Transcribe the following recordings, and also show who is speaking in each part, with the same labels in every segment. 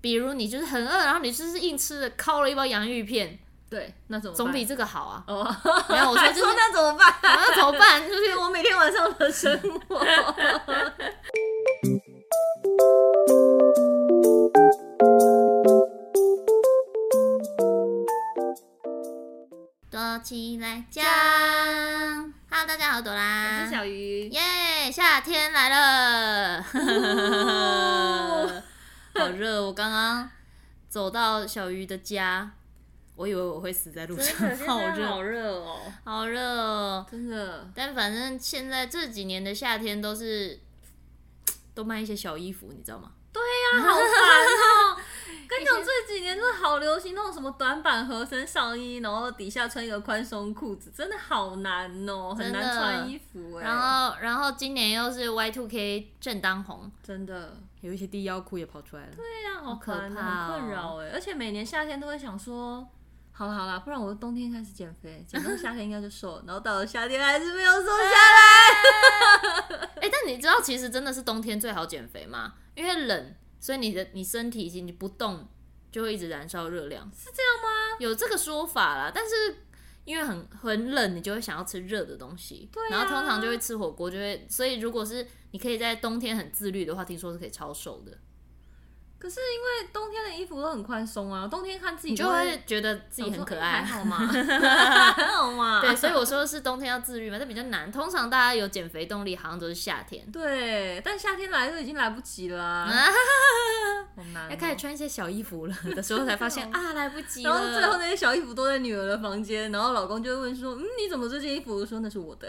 Speaker 1: 比如你就是很饿，然后你就是硬吃的，烤了一包洋芋片，
Speaker 2: 对，那怎么办
Speaker 1: 总比这个好啊。
Speaker 2: 哦，
Speaker 1: 没有，我说
Speaker 2: 还
Speaker 1: 就是
Speaker 2: 说那怎么办？
Speaker 1: 啊那怎么办？就是
Speaker 2: 是我每天晚上的生活。
Speaker 1: 躲起来讲。Hello，大家好，朵
Speaker 2: 我
Speaker 1: 拉，
Speaker 2: 是小 鱼，
Speaker 1: 耶夏天来了， 好热！我刚刚走到小鱼的家，我以为我会死在路上，好热，
Speaker 2: 热哦，
Speaker 1: 好热哦！
Speaker 2: 真的。
Speaker 1: 但反正现在这几年的夏天都是都卖一些小衣服，你知道吗？
Speaker 2: 啊，好烦哦！ 跟你讲，这几年真的好流行那种什么短版合身上衣，然后底下穿一个宽松裤子，真的好难哦，
Speaker 1: 真
Speaker 2: 很难
Speaker 1: 的
Speaker 2: 穿衣服哎、
Speaker 1: 然后，然后今年又是 Y two K 正当红，
Speaker 2: 真的，
Speaker 1: 有一些低腰裤也跑出来了。
Speaker 2: 对呀、好
Speaker 1: 可
Speaker 2: 烦、
Speaker 1: 怕
Speaker 2: 很困
Speaker 1: 哦
Speaker 2: 扰哎、而且每年夏天都会想说。好了好了，不然我冬天开始减肥，减到夏天应该就瘦了，然后到了夏天还是没有瘦下来。
Speaker 1: 哎、但你知道其实真的是冬天最好减肥吗？因为冷，所以你的你身体你不动就会一直燃烧热量，是这样吗？有这个说法啦，但是因为很很冷，你就会想要吃热的东西，
Speaker 2: 对啊
Speaker 1: 然后通常就会吃火锅，就会所以如果是你可以在冬天很自律的话，听说是可以超瘦的，
Speaker 2: 可是因为冬天的衣服都很宽松啊，冬天看自己
Speaker 1: 你就
Speaker 2: 都
Speaker 1: 会觉得自
Speaker 2: 想
Speaker 1: 己
Speaker 2: 说
Speaker 1: 很可
Speaker 2: 诶
Speaker 1: 爱
Speaker 2: 还。好嘛，还好 嘛。
Speaker 1: 对，啊所以我说是冬天要自律嘛，这比较难。通常大家有减肥动力，好像都是夏天，
Speaker 2: 对，但夏天来就已经来不及了、啊，好难哦、
Speaker 1: 要开始穿一些小衣服了的时候，才发现 啊，来不及
Speaker 2: 然
Speaker 1: 了。
Speaker 2: 后最后那些小衣服都在女儿的房间，然后老公就会问说：“嗯，你怎么这件衣服？”我说：“那是我的。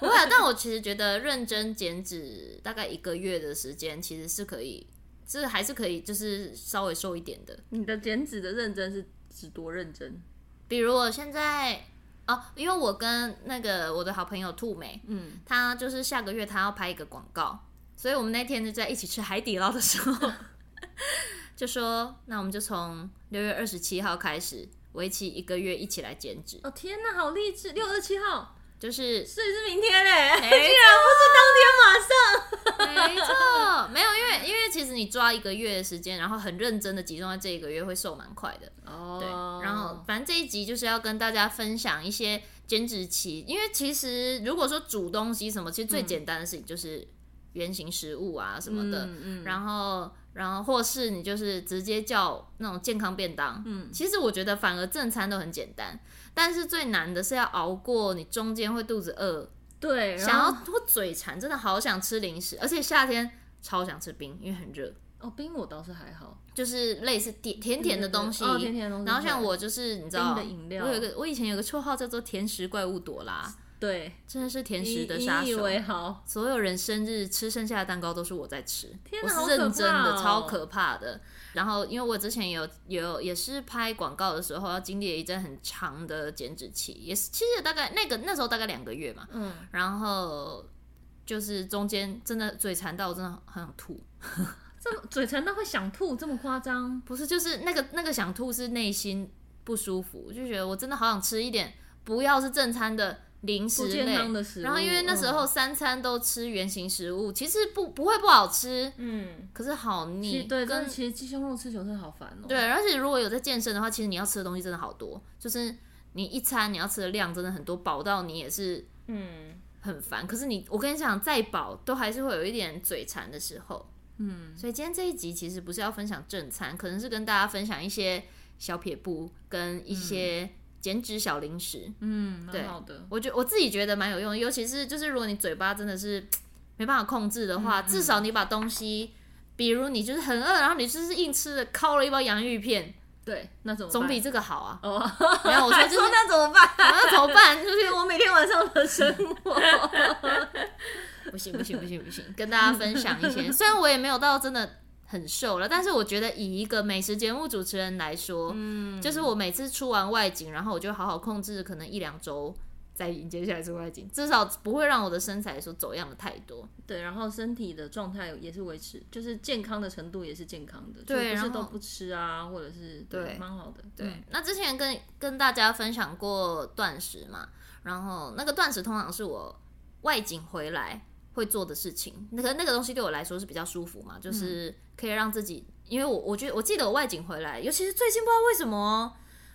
Speaker 1: 不会啊， 但我其实觉得认真减脂大概一个月的时间，其实是可以，这还是可以，就是稍微瘦一点的。”
Speaker 2: 你的减脂的认真是指多认真？
Speaker 1: 比如我现在哦，因为我跟那个我的好朋友兔美，
Speaker 2: 嗯，
Speaker 1: 她就是下个月她要拍一个广告，所以我们那天就在一起吃海底捞的时候， 就说那我们就从六月二十七号开始，为期一个月一起来减脂，
Speaker 2: 哦天哪，好励志！六二七号，
Speaker 1: 就是
Speaker 2: 所以是明天嘞，
Speaker 1: 没
Speaker 2: 竟然不 是
Speaker 1: 没错，没有，因为因为其实你抓一个月的时间，然后很认真的集中在这一个月，会瘦蛮快的。
Speaker 2: 当天马上。哦，
Speaker 1: 对，然后反正这一集就是要跟大家分享一些减脂期，因为其实如果说煮东西什么，其实最简单的事情就是原型食物啊什么的，
Speaker 2: 嗯嗯
Speaker 1: 然后然后或是你就是直接叫那种健康便当，
Speaker 2: 嗯
Speaker 1: 其实我觉得反而正餐都很简单，但是最难的是要熬过你中间会肚子饿，
Speaker 2: 对，然
Speaker 1: 想要
Speaker 2: 后
Speaker 1: 我嘴馋，真的好想吃零食，而且夏天超想吃冰，因为很热，
Speaker 2: 哦冰我倒是还好，
Speaker 1: 就是类似甜甜甜的东西。
Speaker 2: 哦甜甜的东西。
Speaker 1: 然后像我就是你知道，
Speaker 2: 冰的饮料
Speaker 1: 我有一个我以前有个绰号叫做甜食怪物朵拉，
Speaker 2: 对
Speaker 1: 真的是甜
Speaker 2: 你
Speaker 1: 食的杀
Speaker 2: 你以
Speaker 1: 手。
Speaker 2: 为好，
Speaker 1: 所有人生日吃剩下的蛋糕都是我在吃，
Speaker 2: 天
Speaker 1: 我
Speaker 2: 哪
Speaker 1: 是认真的，
Speaker 2: 好可怕哦
Speaker 1: 超可怕的。然后因为我之前有有也是拍广告的时候，要经历了一阵很长的减脂期，也是其实大概那个那时候大概两个月嘛，
Speaker 2: 嗯，
Speaker 1: 然后就是中间真的嘴馋到我真的很想吐，
Speaker 2: 这么嘴馋到会想吐，这么夸张？
Speaker 1: 不是就是那个那个想吐是内心不舒服，就觉得我真的好想吃一点，不要是正餐的零食
Speaker 2: 不健
Speaker 1: 类。
Speaker 2: 康的食物。嗯
Speaker 1: 然后因为那时候三餐都吃原型食物，其实不不会不好吃，
Speaker 2: 嗯，嗯，
Speaker 1: 可是好
Speaker 2: 其
Speaker 1: 腻。
Speaker 2: 实对，但
Speaker 1: 跟
Speaker 2: 是其实鸡胸肉吃久真的好烦哦。
Speaker 1: 对，而且如果有在健身的话，其实你要吃的东西真的好多，就是你一餐你要吃的量真的很多，饱到你也是
Speaker 2: 嗯，
Speaker 1: 很烦。可是你，我跟你讲，再饱都还是会有一点嘴馋的时候。嗯，所以今天这一集其实不是要分享正餐，可能是跟大家分享一些小撇步跟一些减脂小零食。
Speaker 2: 嗯，
Speaker 1: 对
Speaker 2: 蛮好的。
Speaker 1: 我觉我自己觉得蛮有用的，尤其是就是如果你嘴巴真的是没办法控制的话，至少你把东西。比如你就是很饿，然后你就是硬吃的，烤了一包洋芋片，
Speaker 2: 对，那怎么
Speaker 1: 总
Speaker 2: 办
Speaker 1: 比这个好啊！
Speaker 2: 哦，
Speaker 1: 没有，我说
Speaker 2: 还
Speaker 1: 就
Speaker 2: 说
Speaker 1: 是啊
Speaker 2: 那怎么办？
Speaker 1: 那怎么办？ 就是
Speaker 2: 我每天晚上的生活，
Speaker 1: 不行不行不行不行，跟大家分享一些。虽然我也没有到真的很瘦了，但是我觉得以一个美食节目主持人来说， 嗯，就是我每次出完外景，然后我就好好控制，可能一两周再迎接下一次外景，至少不会让我的身材说走样的太多。
Speaker 2: 对，然后身体的状态也是维持，就是健康的程度也是健康的，
Speaker 1: 对
Speaker 2: 就是不
Speaker 1: 然
Speaker 2: 是都
Speaker 1: 后
Speaker 2: 不吃啊，或者是
Speaker 1: 对嗯
Speaker 2: 蛮好的，
Speaker 1: 对，那之前跟跟大家分享过断食嘛，然后那个断食通常是我外景回来，会做的事情。那个那个东西对我来说是比较舒服嘛，
Speaker 2: 嗯
Speaker 1: 就是可以让自己，因为我我觉得我记得我外景回来，尤其是最近不知道为什么哦，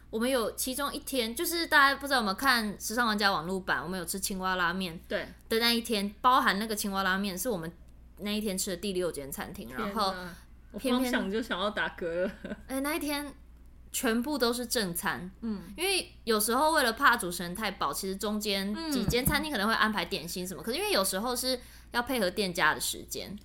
Speaker 1: 我们有其中一天，就是大家不知道有没有看《时尚玩家》网络版，我们有吃青蛙拉面
Speaker 2: 对，
Speaker 1: 的那一天，包含那个青蛙拉面是我们那一天吃的第六间餐厅，然后
Speaker 2: 天哪我
Speaker 1: 偏
Speaker 2: 光
Speaker 1: 偏
Speaker 2: 想就想要打嗝 了。
Speaker 1: 哎、那一天全部都是正餐，
Speaker 2: 嗯，
Speaker 1: 因为有时候为了怕主持人太饱，其实中间
Speaker 2: 嗯
Speaker 1: 几间餐厅可能会安排点心什么，可是因为有时候是要配合店家的时间，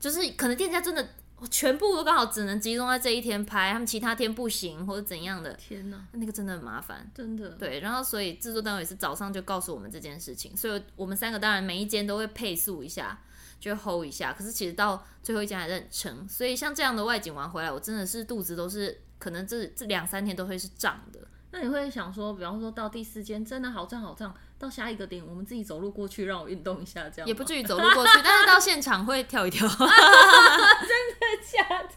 Speaker 1: 就是可能店家真的全部都刚好只能集中在这一天拍，他们其他天不行或者怎样的，
Speaker 2: 天哪，
Speaker 1: 那个真的很麻烦。
Speaker 2: 真的，
Speaker 1: 对，然后所以制作单位是早上就告诉我们这件事情，所以我们三个当然每一间都会配速一下，就会 hold 一下。可是其实到最后一间还是很撑，所以像这样的外景玩回来，我真的是肚子都是可能这这两三天都会是胀的。
Speaker 2: 那你会想说，比方说到第四间真的好胀好胀，到下一个点我们自己走路过去，让我运动一下，这样
Speaker 1: 也不
Speaker 2: 吗
Speaker 1: 至于走路过去，但是到现场会跳一 跳， 真
Speaker 2: 假的，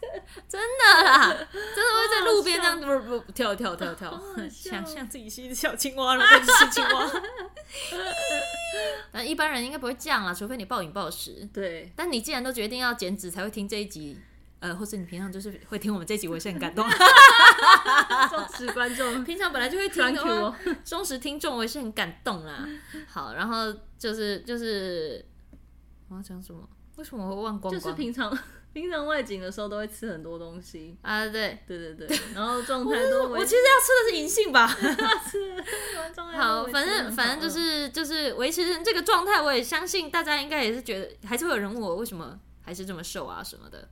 Speaker 1: 的啦，真的会在路边这样
Speaker 2: 好
Speaker 1: 不不跳跳跳跳
Speaker 2: 好好，笑
Speaker 1: 想象自己是一只小青蛙，然后开始吃青 蛙。但一般人应该不会这样啦，除非你暴饮暴食。
Speaker 2: 对，
Speaker 1: 但你既然都决定要减脂，才会听这一集，呃，或者你平常就是会听我们这一集，我也是很感动。啊
Speaker 2: 忠实观 众
Speaker 1: 平常本来就会听
Speaker 2: ，thank
Speaker 1: 的
Speaker 2: you
Speaker 1: 话
Speaker 2: 哦，
Speaker 1: 忠实听众我也是很感动啦。好，然后就是就是我要讲什么？为什么我会忘光
Speaker 2: 就
Speaker 1: 光？
Speaker 2: 是平常平常外景的时候都会吃很多东西，
Speaker 1: 啊，对，
Speaker 2: 对 对对，然后状态都
Speaker 1: 我
Speaker 2: 维
Speaker 1: 其实要吃的是银杏吧。
Speaker 2: 状态都
Speaker 1: 好，
Speaker 2: 维持
Speaker 1: 反
Speaker 2: 很
Speaker 1: 正反正就
Speaker 2: 好
Speaker 1: 是就是维持这个状态，我也相信大家应该也是觉得，还是会有人问我为什么还是这么瘦啊什么的。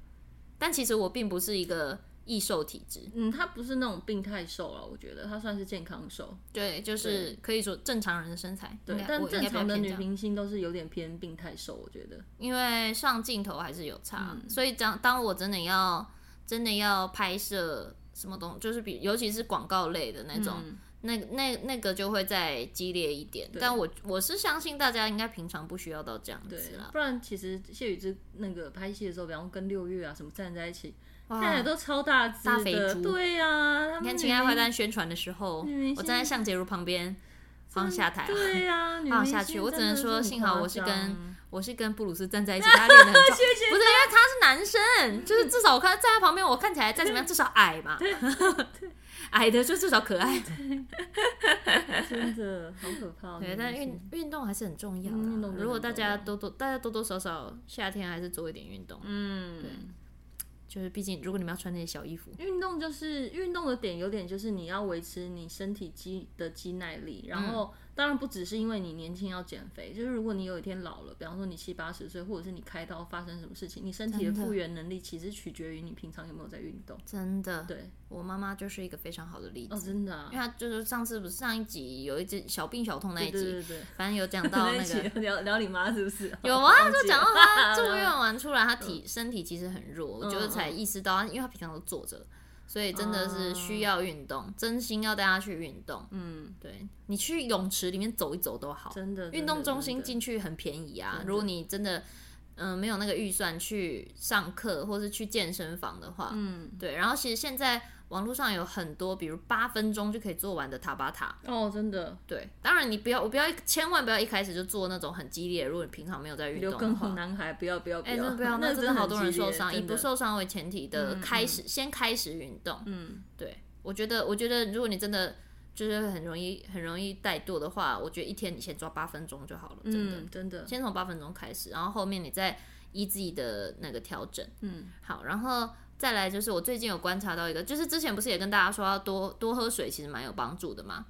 Speaker 1: 但其实我并不是一个易瘦体质，
Speaker 2: 嗯，他不是那种病态瘦啊了，我觉得他算是健康瘦。
Speaker 1: 对，就是可以说正常人的身材。
Speaker 2: 对
Speaker 1: 应，该
Speaker 2: 但
Speaker 1: 我应
Speaker 2: 正
Speaker 1: 该比较
Speaker 2: 常的
Speaker 1: 偏
Speaker 2: 女
Speaker 1: 这样
Speaker 2: 明星都是有点偏病态瘦，我觉得。
Speaker 1: 因为上镜头还是有差，
Speaker 2: 嗯
Speaker 1: 所以当当我真的要真的要拍摄什么东就是比尤其是广告类的那种，
Speaker 2: 嗯
Speaker 1: 那那那个就会再激烈一点。但我我是相信大家应该平常不需要到这样
Speaker 2: 对
Speaker 1: 子啦，。
Speaker 2: 不然其实谢宇之那个拍戏的时候，比方跟六月啊什么站在一起，
Speaker 1: 哇
Speaker 2: 看起来都超大只
Speaker 1: 大肥
Speaker 2: 的。
Speaker 1: 猪
Speaker 2: 对呀、啊，他
Speaker 1: 你
Speaker 2: 们
Speaker 1: 看《
Speaker 2: 女
Speaker 1: 亲爱坏
Speaker 2: 明
Speaker 1: 蛋》宣传的时候
Speaker 2: 女明，
Speaker 1: 我
Speaker 2: 星
Speaker 1: 站在向杰如旁边，放下台啊。
Speaker 2: 对呀、女
Speaker 1: 放
Speaker 2: 明
Speaker 1: 下
Speaker 2: 星
Speaker 1: 去我只
Speaker 2: 真的
Speaker 1: 能
Speaker 2: 是
Speaker 1: 说
Speaker 2: 很
Speaker 1: 幸好
Speaker 2: 夸
Speaker 1: 我是
Speaker 2: 张
Speaker 1: 跟我是跟布鲁斯站 在一起，他练得很壮。
Speaker 2: 谢嗯谢
Speaker 1: 不是因为他是男生，就是至少我看站在旁边，我看起来再怎么样至少矮 嘛， 矮的就至少可爱。
Speaker 2: 真的好可怕哦。
Speaker 1: 对，
Speaker 2: 女
Speaker 1: 但
Speaker 2: 明
Speaker 1: 运
Speaker 2: 星
Speaker 1: 运动还是很重要
Speaker 2: 嗯运
Speaker 1: 的
Speaker 2: 动。真的
Speaker 1: 如果
Speaker 2: 很
Speaker 1: 大
Speaker 2: 重
Speaker 1: 家
Speaker 2: 要
Speaker 1: 多多大家多多少少夏天还是做一点运动，
Speaker 2: 嗯，
Speaker 1: 就是毕竟如果你们要穿那些小衣服，
Speaker 2: 运动就是运动的点，有点就是你要维持你身体肌的肌耐力，然后、
Speaker 1: 嗯
Speaker 2: 当然不只是因为你年轻要减肥，就是如果你有一天老了，比方说你七八十岁，或者是你开刀发生什么事情，你身体的
Speaker 1: 真的
Speaker 2: 复原能力其实取决于你平常有没有在运动。
Speaker 1: 真的，
Speaker 2: 对，
Speaker 1: 我妈妈就是一个非常好的例
Speaker 2: 哦，
Speaker 1: 子。
Speaker 2: 真的、啊
Speaker 1: 因为，她就是上次不是上一集有一只小病小痛那一
Speaker 2: 对对
Speaker 1: 集，
Speaker 2: 对对。
Speaker 1: 反正有 讲到
Speaker 2: 一
Speaker 1: 那个
Speaker 2: 起 聊聊你妈是不是？
Speaker 1: 有
Speaker 2: 忘
Speaker 1: 啊，
Speaker 2: 记
Speaker 1: 就讲到
Speaker 2: 了
Speaker 1: 他住院
Speaker 2: 啊
Speaker 1: 完出来，他体身体其实很弱，我觉得
Speaker 2: 嗯
Speaker 1: 才意识到，因为他平常都坐着，所以真的是需要运动，真心要带他去运动。
Speaker 2: 啊嗯，
Speaker 1: 对你去泳池里面走一走都好，
Speaker 2: 真的
Speaker 1: 运动中心，
Speaker 2: 真的
Speaker 1: 进去很便宜啊
Speaker 2: 真。的
Speaker 1: 如果你真的嗯、呃没有那个预算去上课或是去健身房的话，
Speaker 2: 真的
Speaker 1: 对。然后其实现在网络上有很多，比如八分钟就可以做完的塔巴塔，
Speaker 2: 嗯，哦，真的，
Speaker 1: 对，当然你不要，我不要，千万不要一开始就做那种很激烈的。如果你平常没有在运
Speaker 2: 刘
Speaker 1: 动的
Speaker 2: 畊
Speaker 1: 话
Speaker 2: 宏，男孩，不要不要不
Speaker 1: 哎、真
Speaker 2: 要，
Speaker 1: 的不要，
Speaker 2: 那
Speaker 1: 真的好多人
Speaker 2: 很激烈
Speaker 1: 受伤。以
Speaker 2: 真
Speaker 1: 不
Speaker 2: 的
Speaker 1: 受伤为前提的
Speaker 2: 嗯
Speaker 1: 开始，先开始运动。
Speaker 2: 嗯，
Speaker 1: 对，我觉得，我觉得如果你真的就是很容易很容易怠惰的话，我觉得一天你先抓八分钟就好了，真的，
Speaker 2: 嗯，真的，
Speaker 1: 先从八分钟开始，然后后面你再依自己的那个调整。
Speaker 2: 嗯，
Speaker 1: 好，然后再来就是我最近有观察到一个，就是之前不是也跟大家说要多多喝水，其实蛮有帮助的嘛。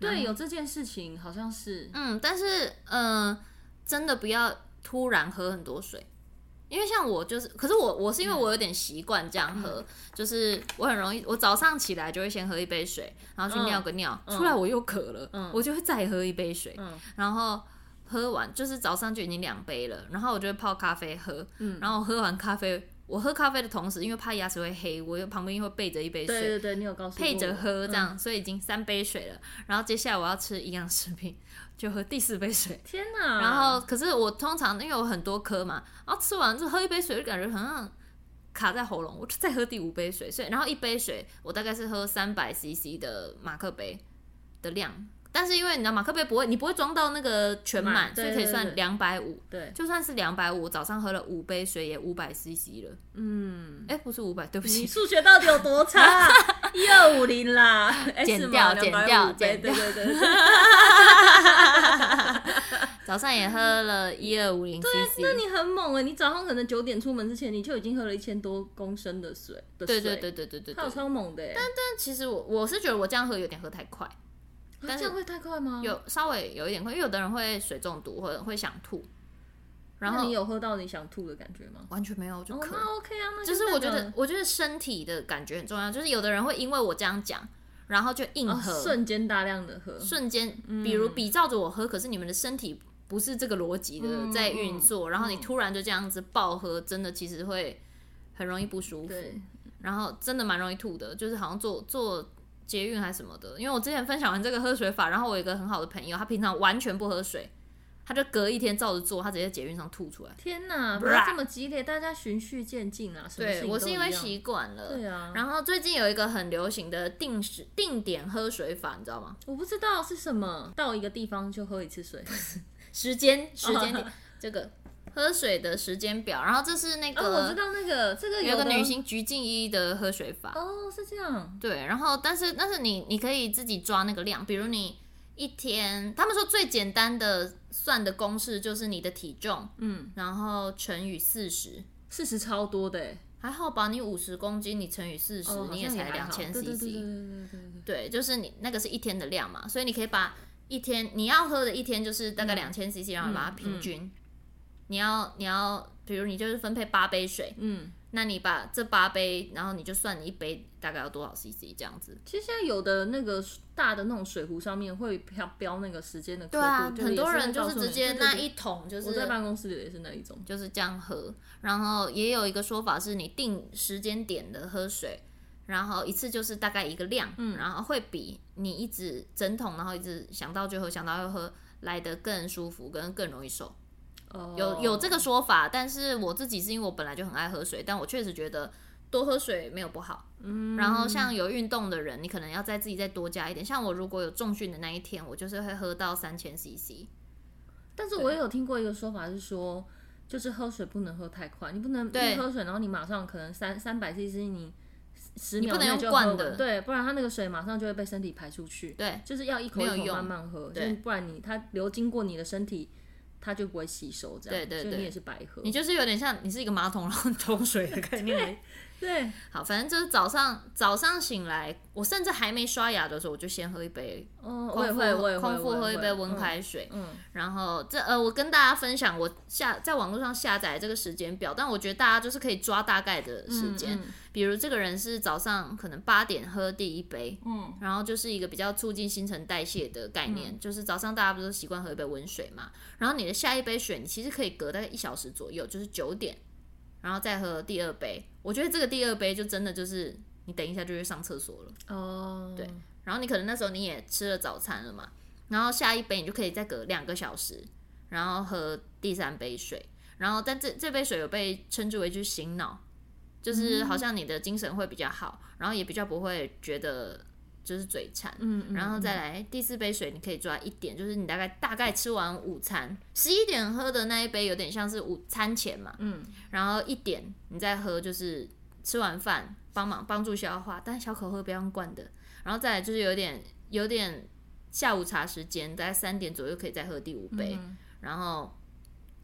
Speaker 2: 对，有这件事情好像是，
Speaker 1: 嗯，但是嗯、呃真的不要突然喝很多水，因为像我就是，可是我我是因为
Speaker 2: 嗯
Speaker 1: 我有点习惯这样喝，就是我很容易，我早上起来就会先喝一杯水，然后
Speaker 2: 嗯
Speaker 1: 去尿个尿，出来我又渴了，我就会再喝一杯水，
Speaker 2: 嗯
Speaker 1: 然后。喝完就是早上就已经两杯了，然后我就会泡咖啡喝，
Speaker 2: 嗯
Speaker 1: 然后我喝完咖啡，我喝咖啡的同时，因为怕牙齿会黑，我又旁边又会备着一杯水，
Speaker 2: 对对对，你有告诉
Speaker 1: 配
Speaker 2: 过
Speaker 1: 着
Speaker 2: 我
Speaker 1: 喝这。样，
Speaker 2: 嗯
Speaker 1: 所以已经三杯水了。然后接下来我要吃营养食品， 就喝第四杯水。
Speaker 2: 天哪！
Speaker 1: 然后可是我通常因为我很多颗嘛，然后吃完之后喝一杯水就感觉好像卡在喉咙，我就再喝第五杯水。所以然后一杯水我大概是喝三百 CC 的马克杯的量，但是因为你知道马克杯不会，你不会装到那个全满，
Speaker 2: 满
Speaker 1: 所以
Speaker 2: 对
Speaker 1: 可以
Speaker 2: 对
Speaker 1: 算
Speaker 2: 对
Speaker 1: 两百五。
Speaker 2: 对，
Speaker 1: 就算是两百五，我早上喝了五杯水，也五百 CC 了。
Speaker 2: 嗯，
Speaker 1: 哎、不是五百，对不
Speaker 2: 你
Speaker 1: 起，
Speaker 2: 数学到底有多 差？一二五零啦，哎
Speaker 1: 减
Speaker 2: S
Speaker 1: 掉
Speaker 2: 嘛
Speaker 1: 减掉
Speaker 2: 250对
Speaker 1: 减掉
Speaker 2: 对 对对对。
Speaker 1: 早上也喝了一二五零 CC。
Speaker 2: 那你很猛哎、你早上可能九点出门之前，你就已经喝了一千多公升的水的
Speaker 1: 对
Speaker 2: 水，
Speaker 1: 对对对对对对。
Speaker 2: 他有
Speaker 1: 但
Speaker 2: 超猛的哎、但
Speaker 1: 其实我我是觉得我这样喝有点喝太快，但是
Speaker 2: 这样会太快吗？，
Speaker 1: 有稍微有一点快，因为有的人会水中毒或者会想吐，然
Speaker 2: 那
Speaker 1: 后
Speaker 2: 你有喝到你想吐的感觉吗？
Speaker 1: 完全没有就
Speaker 2: 哦，
Speaker 1: 可以。
Speaker 2: 那 OK 啊，那
Speaker 1: 就是
Speaker 2: 代
Speaker 1: 我觉
Speaker 2: 表
Speaker 1: 得，我觉得身体的感觉很重要。就是有的人会因为我这样讲，然后就硬
Speaker 2: 哦
Speaker 1: 喝，
Speaker 2: 瞬嗯间大量的喝，
Speaker 1: 瞬间，比如比照着我喝，可是你们的身体不是这个逻辑的
Speaker 2: 嗯
Speaker 1: 在运作，
Speaker 2: 嗯
Speaker 1: 然后你突然就这样子暴喝，真的其实会很容易不舒服，
Speaker 2: 对，
Speaker 1: 然后真的蛮容易吐的，就是好像坐坐捷运还是什么的。因为我之前分享完这个喝水法，然后我有一个很好的朋友，他平常完全不喝水，他就隔一天照着做，他直接在捷运上吐出来。
Speaker 2: 天哪，不要这么激烈，大家循序渐进啊，什么事
Speaker 1: 对
Speaker 2: 情
Speaker 1: 我
Speaker 2: 都
Speaker 1: 是因
Speaker 2: 一
Speaker 1: 为
Speaker 2: 样
Speaker 1: 习惯了，
Speaker 2: 对啊
Speaker 1: 然后最近有一个很流行的定时定点喝水法，你知道吗？
Speaker 2: 我不知道是什么，到一个地方就喝一次 水。
Speaker 1: 时 间时间点，这个喝水的时间表，然后这是那
Speaker 2: 哦，我
Speaker 1: 个
Speaker 2: 知道那个这个
Speaker 1: 有个
Speaker 2: 的
Speaker 1: 女星鞠婧祎的喝水法，
Speaker 2: 哦，是这样，
Speaker 1: 对，然后但是但是你你可以自己抓那个量，比如你一天，他们说最简单的算的公式就是你的体重，
Speaker 2: 嗯，
Speaker 1: 然后乘以四十。
Speaker 2: 四十超多的欸，
Speaker 1: 还好吧，你五十公斤，你乘以四十、
Speaker 2: 哦，好
Speaker 1: 你也
Speaker 2: 像
Speaker 1: 才
Speaker 2: 还
Speaker 1: 两
Speaker 2: 好
Speaker 1: 千
Speaker 2: 对对
Speaker 1: CC，
Speaker 2: 对对对对对对
Speaker 1: 对，就是你那个是一天的量嘛，所以你可以把一天你要喝的一天就是
Speaker 2: 嗯
Speaker 1: 大概两千 CC，然后把它平均。你要你要，比如你就是分配八杯水，
Speaker 2: 嗯，
Speaker 1: 那你把这八杯，然后你就算你一杯大概要多少 CC 这样子。
Speaker 2: 其实现在有的那个大的那种水壶上面会标标那个时间的刻度，就
Speaker 1: 啊很
Speaker 2: 也
Speaker 1: 多
Speaker 2: 会
Speaker 1: 人就
Speaker 2: 告
Speaker 1: 是
Speaker 2: 诉
Speaker 1: 直
Speaker 2: 你
Speaker 1: 接
Speaker 2: 对对
Speaker 1: 那
Speaker 2: 对
Speaker 1: 一桶就
Speaker 2: 我在
Speaker 1: 是
Speaker 2: 办公室里也是那一种，
Speaker 1: 就是这样喝，然后也有一个说法是你定时间点的喝水。然后一次就是大概一个量，
Speaker 2: 嗯
Speaker 1: 然后会比你一直整桶，然后一直想到最后想到要喝来的更舒服，跟更容易瘦。
Speaker 2: 哦，
Speaker 1: 有有这个说法，但是我自己是因为我本来就很爱喝水，但我确实觉得多喝水没有不好。嗯，然后像有运动的人，你可能要再自己再多加一点。像我如果有重训的那一天，我就是会喝到三千 CC。
Speaker 2: 但是我也有听过一个说法是说，就是喝水不能喝太快，你不能
Speaker 1: 对
Speaker 2: 一喝水，然后你马上可能三三百 CC 你十秒
Speaker 1: 不能
Speaker 2: 内
Speaker 1: 用
Speaker 2: 就喝
Speaker 1: 灌
Speaker 2: 完
Speaker 1: 的
Speaker 2: 对，不然它那个水马上就会被身体排出去，
Speaker 1: 对，
Speaker 2: 就是要一口
Speaker 1: 没
Speaker 2: 一
Speaker 1: 有
Speaker 2: 口
Speaker 1: 用
Speaker 2: 慢慢喝，就
Speaker 1: 对
Speaker 2: 是不然你它流经过你的身体，它就不会吸收，这样
Speaker 1: 对对
Speaker 2: 所以
Speaker 1: 对
Speaker 2: 你也是白喝，
Speaker 1: 你就是有点像你是一个马桶，然后你冲水的概念。
Speaker 2: 对，
Speaker 1: 好，反正就是早上早上醒来，我甚至还没刷牙的时候，我就先喝一杯
Speaker 2: 哦，我
Speaker 1: 空
Speaker 2: 也
Speaker 1: 腹
Speaker 2: 会，我也会，
Speaker 1: 空腹
Speaker 2: 我也
Speaker 1: 喝一
Speaker 2: 会
Speaker 1: 杯温，
Speaker 2: 嗯
Speaker 1: 开水。
Speaker 2: 嗯，
Speaker 1: 然后这呃，我跟大家分享我下在网络上下载这个时间表，但我觉得大家就是可以抓大概的时间。
Speaker 2: 嗯
Speaker 1: 比如这个人是早上可能八点喝第一杯，
Speaker 2: 嗯，
Speaker 1: 然后就是一个比较促进新陈代谢的概念，就是早上大家不是都习惯喝一杯温水嘛，然后你的下一杯水你其实可以隔大概一小时左右，就是九点，然后再喝第二杯。我觉得这个第二杯就真的就是你等一下就去上厕所了。
Speaker 2: 哦，对，
Speaker 1: 然后你可能那时候你也吃了早餐了嘛，然后下一杯你就可以再隔两个小时，然后喝第三杯水，然后但这这杯水有被称之为就是醒脑，就是好像你的精神会比较好，然后也比较不会觉得就是嘴馋。
Speaker 2: 嗯，嗯
Speaker 1: 然后再
Speaker 2: 嗯
Speaker 1: 来第四杯水，你可以抓一点，就是你大概大概吃完午餐十一点喝的那一杯，有点像是午餐前嘛，
Speaker 2: 嗯，
Speaker 1: 然后一点你再喝，就是吃完饭帮忙帮助消化，但小口喝不要用灌的。然后再来就是有点有点下午茶时间，大概三点左右可以再喝第五杯，
Speaker 2: 嗯
Speaker 1: 然后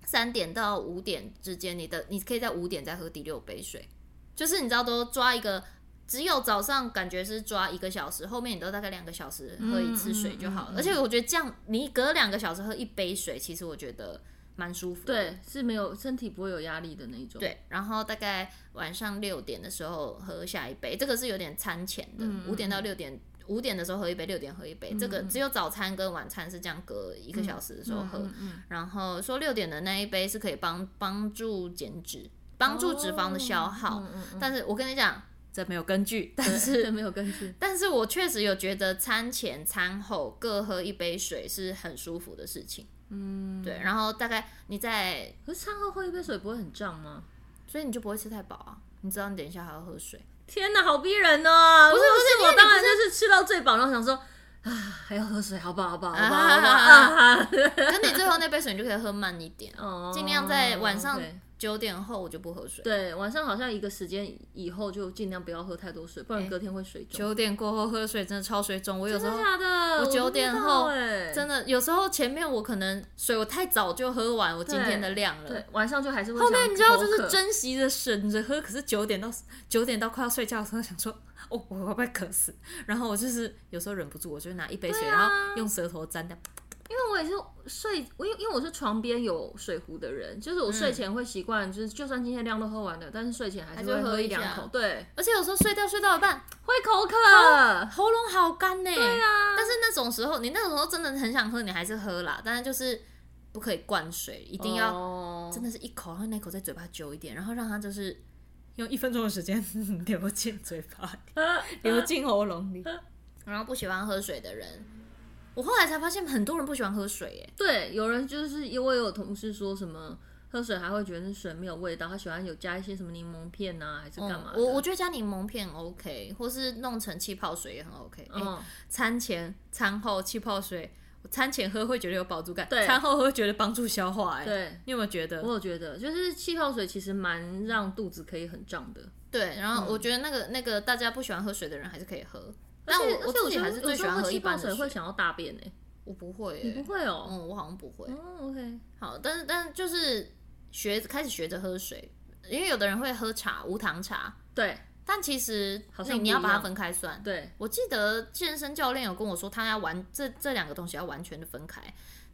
Speaker 1: 三点到五点之间，你的你可以在五点再喝第六杯水，就是你知道都抓一个。只有早上感觉是抓一个小时，后面你都大概两个小时喝一次水就好了。
Speaker 2: 嗯嗯嗯嗯
Speaker 1: 而且我觉得这样，你隔两个小时喝一杯水，其实我觉得蛮舒服的。
Speaker 2: 对，是没有身体不会有压力的那一种，
Speaker 1: 对，然后大概晚上六点的时候喝下一杯，这个是有点餐前的，
Speaker 2: 嗯嗯嗯
Speaker 1: 五、点到六点，五点的时候喝一杯，六点喝一杯，这个只有早餐跟晚餐是这样隔一个小时的时候
Speaker 2: 嗯，
Speaker 1: 喝。
Speaker 2: 嗯嗯
Speaker 1: 然后说六点的那一杯是可以帮帮助减脂，帮助脂肪的消耗，
Speaker 2: 哦嗯嗯嗯
Speaker 1: 但是我跟你讲，这没有根据，但
Speaker 2: 对
Speaker 1: 是
Speaker 2: 对没有根据。
Speaker 1: 但是我确实有觉得餐前餐后各喝一杯水是很舒服的事情。嗯，对，然后大概你在
Speaker 2: 可是餐后喝一杯水不会很胀吗？
Speaker 1: 所以你就不会吃太饱啊。你知道你等一下还要喝水，
Speaker 2: 天哪，好逼人哦！不是
Speaker 1: 不是因
Speaker 2: 不
Speaker 1: 为
Speaker 2: 我
Speaker 1: 你
Speaker 2: 当
Speaker 1: 不
Speaker 2: 然就是吃到最饱，然后想说啊，还要喝水，好不好？好不好？好不好？好不好？
Speaker 1: 啊
Speaker 2: 啊
Speaker 1: 可是你最后那杯水你就可以喝慢一点，
Speaker 2: 哦
Speaker 1: 尽量在晚上
Speaker 2: 对
Speaker 1: 九点后我就不喝水，
Speaker 2: 对晚上好像一个时间以后就尽量不要喝太多水，不然隔天会水肿。
Speaker 1: 哎九点过后喝水真的啊超水肿，我有时候
Speaker 2: 真的假的？
Speaker 1: 我
Speaker 2: 我
Speaker 1: 九点后
Speaker 2: 真
Speaker 1: 真的有时候前面我可能水我太早就喝完我今天的量了，
Speaker 2: 对，晚上就还是会
Speaker 1: 后面
Speaker 2: 想
Speaker 1: 你知道就
Speaker 2: 口
Speaker 1: 是
Speaker 2: 渴
Speaker 1: 珍惜着省着喝，可是九点到九点到快要睡觉的时候想说，哦，我会不会渴死？然后我就是有时候忍不住，我就拿一杯水，
Speaker 2: 对啊
Speaker 1: 然后用舌头沾掉。
Speaker 2: 因为我也是睡，我因为因为我是床边有水壶的人，就是我睡前会习惯，就是就算今天量都喝完了，但是睡前还
Speaker 1: 嗯
Speaker 2: 是
Speaker 1: 还是
Speaker 2: 会
Speaker 1: 会喝
Speaker 2: 喝
Speaker 1: 一
Speaker 2: 一两
Speaker 1: 下
Speaker 2: 口，对，
Speaker 1: 而且有时候睡觉睡到一半，
Speaker 2: 会口渴。
Speaker 1: 喉咙好干呢、
Speaker 2: 对啊，
Speaker 1: 但是那种时候，你那种时候真的很想喝，你还是喝啦，但是就是不可以灌水，一
Speaker 2: 一
Speaker 1: 定要
Speaker 2: 哦、
Speaker 1: 真的是一口，然后那口在嘴巴久一点，然后让它就是用一分钟的时间 流进嘴巴里，
Speaker 2: 啊
Speaker 1: 流进喉咙里。然后不喜欢喝水的人，我后来才发现很多人不喜欢喝水耶。
Speaker 2: 对，有人就是因为有同事说什么喝水还会觉得是水没有味道，他喜欢有加一些什么柠檬片啊，还是干嘛的、
Speaker 1: 嗯我我觉得加柠檬片 OK，或是弄成气泡水也很 OK、
Speaker 2: 嗯
Speaker 1: 嗯，餐前、餐后气泡水，我餐前喝会觉得有饱足感，
Speaker 2: 对
Speaker 1: 餐后喝会觉得帮助消化。哎，
Speaker 2: 对，
Speaker 1: 你有没有觉得？
Speaker 2: 我有觉得就是气泡水其实蛮让肚子可以很胀的。
Speaker 1: 对，然后我觉得那个、那个大家不喜欢喝水的人还是可以喝，
Speaker 2: 嗯而
Speaker 1: 但
Speaker 2: 且
Speaker 1: 我
Speaker 2: 而且
Speaker 1: 自
Speaker 2: 我
Speaker 1: 己
Speaker 2: 觉得
Speaker 1: 还是最喜欢
Speaker 2: 有时候
Speaker 1: 喝
Speaker 2: 喝
Speaker 1: 一
Speaker 2: 气
Speaker 1: 般
Speaker 2: 泡
Speaker 1: 的
Speaker 2: 水会想要大便呢、
Speaker 1: 我不会、
Speaker 2: 你不
Speaker 1: 欸，
Speaker 2: 会哦、
Speaker 1: 嗯，我好像不会。
Speaker 2: 哦，OK，
Speaker 1: 好，但是但是就是学开始学着喝水，因为有的人会喝茶，无糖茶，
Speaker 2: 对
Speaker 1: 但其实
Speaker 2: 好
Speaker 1: 那
Speaker 2: 像
Speaker 1: 你要
Speaker 2: 不一
Speaker 1: 把它
Speaker 2: 样
Speaker 1: 分开算。
Speaker 2: 对，
Speaker 1: 我记得健身教练有跟我说，他要完这这两个东西要完全的分开，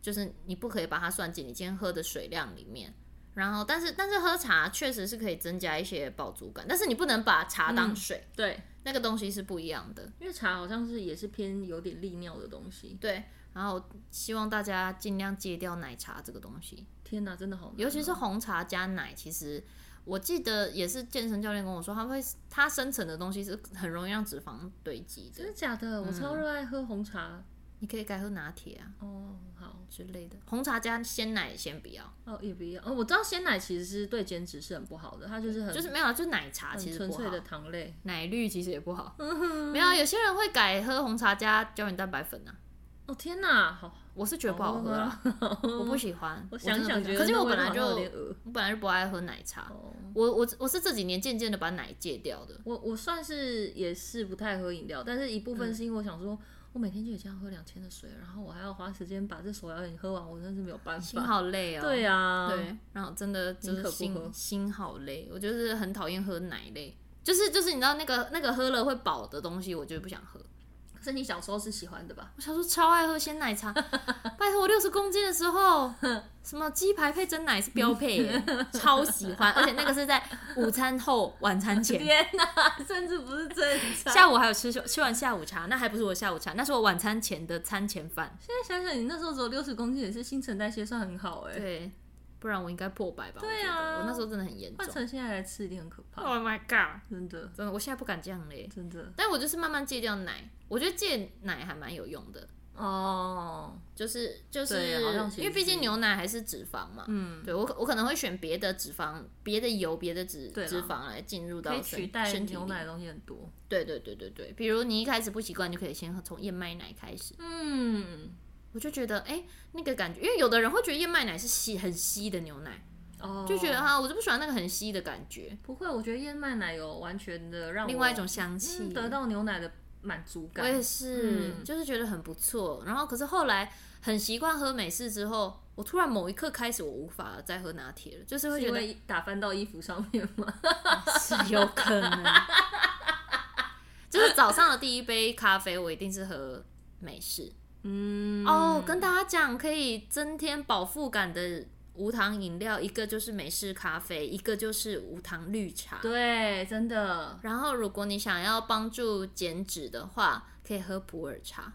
Speaker 1: 就是你不可以把它算进你今天喝的水量里面。然后，但是但是喝茶确实是可以增加一些饱足感，但是你不能把茶
Speaker 2: 嗯
Speaker 1: 当水，
Speaker 2: 对，
Speaker 1: 那个东西是不一样的。
Speaker 2: 因为茶好像是也是偏有点利尿的东西。
Speaker 1: 对，然后希望大家尽量戒掉奶茶这个东西，
Speaker 2: 天哪，真的好难哦、
Speaker 1: 尤其是红茶加奶。其实我记得也是健身教练跟我说，他会它生成的东西是很容易让脂肪堆积
Speaker 2: 真
Speaker 1: 的。
Speaker 2: 的假的？我超热爱喝红茶。
Speaker 1: 你可以改喝拿铁啊
Speaker 2: 哦，好，
Speaker 1: 之类的，红茶加鲜奶先不要，
Speaker 2: 哦也不一样。哦，我知道鲜奶其实是对减脂是很不好的，它就是很
Speaker 1: 就是没有啊，就奶茶
Speaker 2: 嗯很
Speaker 1: 其实
Speaker 2: 纯
Speaker 1: 不好
Speaker 2: 粹，的糖嗯类。
Speaker 1: 奶绿其实也不好。没有啊，有些人会改喝红茶加胶原蛋白粉啊。
Speaker 2: 哦天哪，好，
Speaker 1: 我是觉得不好喝啊，我不喜欢。
Speaker 2: 哦
Speaker 1: 我
Speaker 2: 我
Speaker 1: 真的
Speaker 2: 想
Speaker 1: 不喜欢
Speaker 2: 想觉得
Speaker 1: 可是
Speaker 2: 那
Speaker 1: 我
Speaker 2: 味
Speaker 1: 本
Speaker 2: 道
Speaker 1: 来
Speaker 2: 好
Speaker 1: 就
Speaker 2: 像有点恶
Speaker 1: 我本来就不爱喝奶茶，
Speaker 2: 哦
Speaker 1: 我我我是这几年渐渐的把奶戒掉的。
Speaker 2: 我我算是也是不太喝饮料，但是一部分是因为我想说，我每天就已经要喝两千的水了，然后我还要花时间把这手摇饮喝完，我真是没有办
Speaker 1: 心
Speaker 2: 法。
Speaker 1: 好累哦。
Speaker 2: 对啊，
Speaker 1: 对，然后真的就
Speaker 2: 宁
Speaker 1: 是
Speaker 2: 可不
Speaker 1: 心
Speaker 2: 喝
Speaker 1: 心好累，我就是很讨厌喝奶类，就是就是你知道那个那个喝了会饱的东西，我就不想喝。
Speaker 2: 可是你小时候是喜欢的吧？
Speaker 1: 我小时候超爱喝鲜奶茶，拜托我六十公斤的时候，什么鸡排配蒸奶是标配耶，超喜欢，而且那个是在午餐后晚餐前。
Speaker 2: 天 哪，甚至不是正常。
Speaker 1: 下午还有吃吃完下午茶，那还不是我下午茶，那是我晚餐前的餐前饭。
Speaker 2: 现在想想，你那时候只有六十公斤，也是新陈代谢算很好哎、
Speaker 1: 对，不然我应该破百吧？我
Speaker 2: 对
Speaker 1: 觉得
Speaker 2: 啊
Speaker 1: 我那时候真的很严重
Speaker 2: 换。成现在来吃一定很可怕，
Speaker 1: Oh my god！
Speaker 2: 真的
Speaker 1: 真的，我现在不敢这样嘞。
Speaker 2: 真的
Speaker 1: 但我就是慢慢戒掉奶，我觉得戒奶还蛮有用的，
Speaker 2: 哦。
Speaker 1: 就是就是
Speaker 2: 对好像其实
Speaker 1: 因为毕竟牛奶还是脂肪嘛。
Speaker 2: 嗯，
Speaker 1: 对我可我可能会选别的脂肪、别的油、别的脂
Speaker 2: 对啦
Speaker 1: 脂肪来进入到
Speaker 2: 可以
Speaker 1: 身
Speaker 2: 取代
Speaker 1: 身体
Speaker 2: 牛
Speaker 1: 里
Speaker 2: 奶的东西很多。
Speaker 1: 对对对对对，比如你一开始不习惯，你就可以先从燕麦奶开始。
Speaker 2: 嗯，
Speaker 1: 我就觉得哎、那个感觉，因为有的人会觉得燕麦奶是稀很稀的牛奶，
Speaker 2: 哦，
Speaker 1: 就觉得啊，我就不喜欢那个很稀的感觉，
Speaker 2: 不会，我觉得燕麦奶油完全的让我
Speaker 1: 另外一种香气。
Speaker 2: 嗯得到牛奶的满足
Speaker 1: 我也
Speaker 2: 感。
Speaker 1: 是，
Speaker 2: 嗯
Speaker 1: 就是觉得很不错。然后可是后来很习惯喝美式之后，我突然某一刻开始我无法再喝拿铁了，就是会
Speaker 2: 是
Speaker 1: 觉
Speaker 2: 因
Speaker 1: 得
Speaker 2: 为打翻到衣服上面 吗？
Speaker 1: 是有可能。 就是早上的第一杯咖啡，我一定是喝美式。
Speaker 2: 嗯，
Speaker 1: 哦，跟大家讲，可以增添饱腹感的无糖饮料，一个就是美式咖啡，一个就是无糖绿茶。
Speaker 2: 对，真的。
Speaker 1: 然后，如果你想要帮助减脂的话，可以喝普洱茶。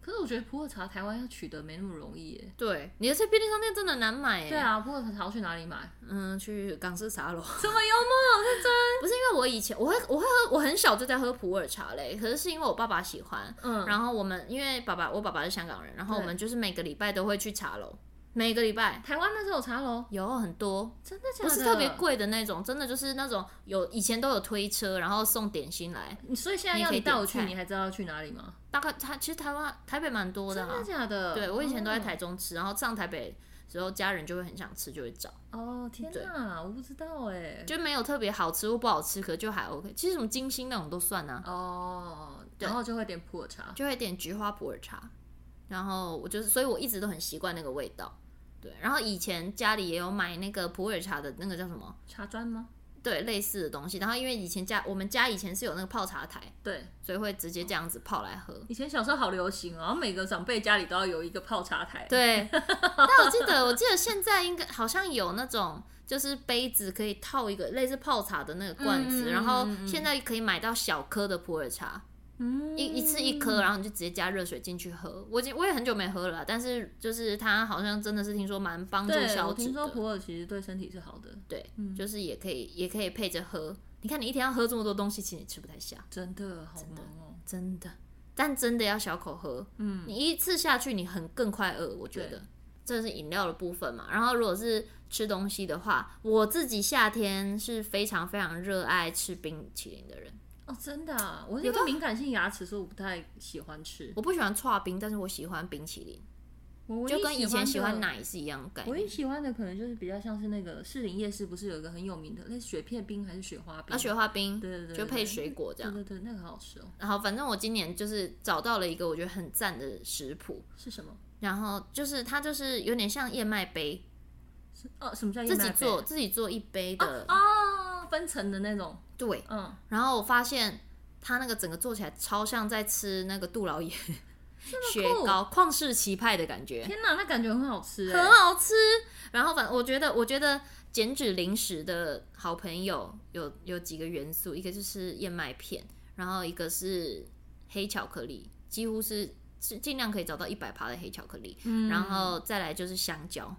Speaker 2: 可是我觉得普洱茶台湾要取得没那么容易耶。
Speaker 1: 对，你的这便利商店真的难买耶。
Speaker 2: 对啊，普洱茶要去哪里买？
Speaker 1: 嗯，去港式茶 楼。
Speaker 2: 这么幽默，认真。
Speaker 1: 不是因为我以前我会我会喝，我很小就在喝普洱茶嘞，可是是因为我爸爸喜欢。
Speaker 2: 嗯，
Speaker 1: 然后我们因为爸爸我爸爸是香港人，然后我们就是每个礼拜都会去茶楼。每个礼拜
Speaker 2: 台湾那时候有茶楼，
Speaker 1: 有很多，
Speaker 2: 真的假
Speaker 1: 不
Speaker 2: 的？
Speaker 1: 是特别，贵的那种，真的就是那种有以前都有推车，然后送点心来。
Speaker 2: 所以现在
Speaker 1: 你也
Speaker 2: 要
Speaker 1: 可以
Speaker 2: 你带我
Speaker 1: 点
Speaker 2: 去，
Speaker 1: 菜
Speaker 2: 你还知道要去哪里吗？
Speaker 1: 大概台其实台湾台北蛮多的、
Speaker 2: 真
Speaker 1: 啊
Speaker 2: 的，假的？
Speaker 1: 对我以前都在
Speaker 2: 哦
Speaker 1: 台中吃，然后上台北之后，家人就会很想吃，就会找，
Speaker 2: 哦，天哪，我不知道哎。
Speaker 1: 就没有特别好吃或不好吃，可就还 OK。其实什么金星那种都算啊，
Speaker 2: 哦，然后就会点普洱茶。
Speaker 1: 就会点菊花普洱茶，然后我就是，所以我一直都很习惯那个味道。对，然后以前家里也有买那个普洱茶的那个叫什么，
Speaker 2: 茶砖吗？
Speaker 1: 对，类似的东西。然后因为以前家我们家以前是有那个泡茶台，
Speaker 2: 对，
Speaker 1: 所以会直接这样子泡来喝。
Speaker 2: 以前小时候好流行哦，然后每个长辈家里都要有一个泡茶台。，
Speaker 1: 对，但我记得，我记得现在应该好像有那种，就是杯子可以套一个类似泡茶的那个罐子，
Speaker 2: 嗯嗯嗯
Speaker 1: 然后
Speaker 2: 嗯嗯
Speaker 1: 现在可以买到小颗的普洱茶，
Speaker 2: 嗯
Speaker 1: 一一次一颗，然后啊你就直接加热水进去喝。我已经我也很久没喝了啦，但是就是它好像真的是听说蛮帮助
Speaker 2: 对，
Speaker 1: 消
Speaker 2: 我
Speaker 1: 脂
Speaker 2: 听说嗯
Speaker 1: 的，
Speaker 2: 普洱其实对身体是好的，
Speaker 1: 对，就是也可以也可以配着喝。你看你一天要喝这么多东西，其实你吃不太下，
Speaker 2: 真的好萌哦。
Speaker 1: 真的。但真的要小口喝，嗯，你一次下去你很更快饿，我觉
Speaker 2: 对
Speaker 1: 得这是饮料的部分嘛。然后如果是吃东西的话，我自己夏天是非常非常热爱吃冰淇淋的人，
Speaker 2: 哦，真的、啊，我是有个敏感性牙齿，所以我不太喜欢吃。
Speaker 1: 我不喜欢刨冰，但是我喜欢冰淇淋，
Speaker 2: 我唯一
Speaker 1: 就跟以前喜欢
Speaker 2: 的。
Speaker 1: 奶是一样的概
Speaker 2: 唯
Speaker 1: 念。
Speaker 2: 一喜欢的可能就是比较像是那个士林夜市，不是有一个很有名的，那雪片冰还是雪花冰？
Speaker 1: 啊，雪花冰，
Speaker 2: 对对对，
Speaker 1: 就
Speaker 2: 对
Speaker 1: 配水果这样。
Speaker 2: 对对对，那个好好吃哦。
Speaker 1: 然后反正我今年就是找到了一个我觉得很赞的食谱，
Speaker 2: 是什么？
Speaker 1: 然后就是它就是有点像燕麦杯，
Speaker 2: 是哦，什么叫
Speaker 1: 自
Speaker 2: 燕麦
Speaker 1: 己
Speaker 2: 杯
Speaker 1: 做自己做一杯的，
Speaker 2: 哦，分层的那种。
Speaker 1: 对，
Speaker 2: 嗯，
Speaker 1: 然后我发现它那个整个做起来超像在吃那个杜老爷雪糕，旷世奇派的感觉，
Speaker 2: 天哪，那感觉很好吃哎
Speaker 1: 很。好吃。然后反我觉得，我觉得减脂零食的好朋友有有几个元素，一个就是燕麦片，然后一个是黑巧克力，几乎是是尽量可以找到一百趴的黑巧克力，
Speaker 2: 嗯
Speaker 1: 然后再来就是香蕉，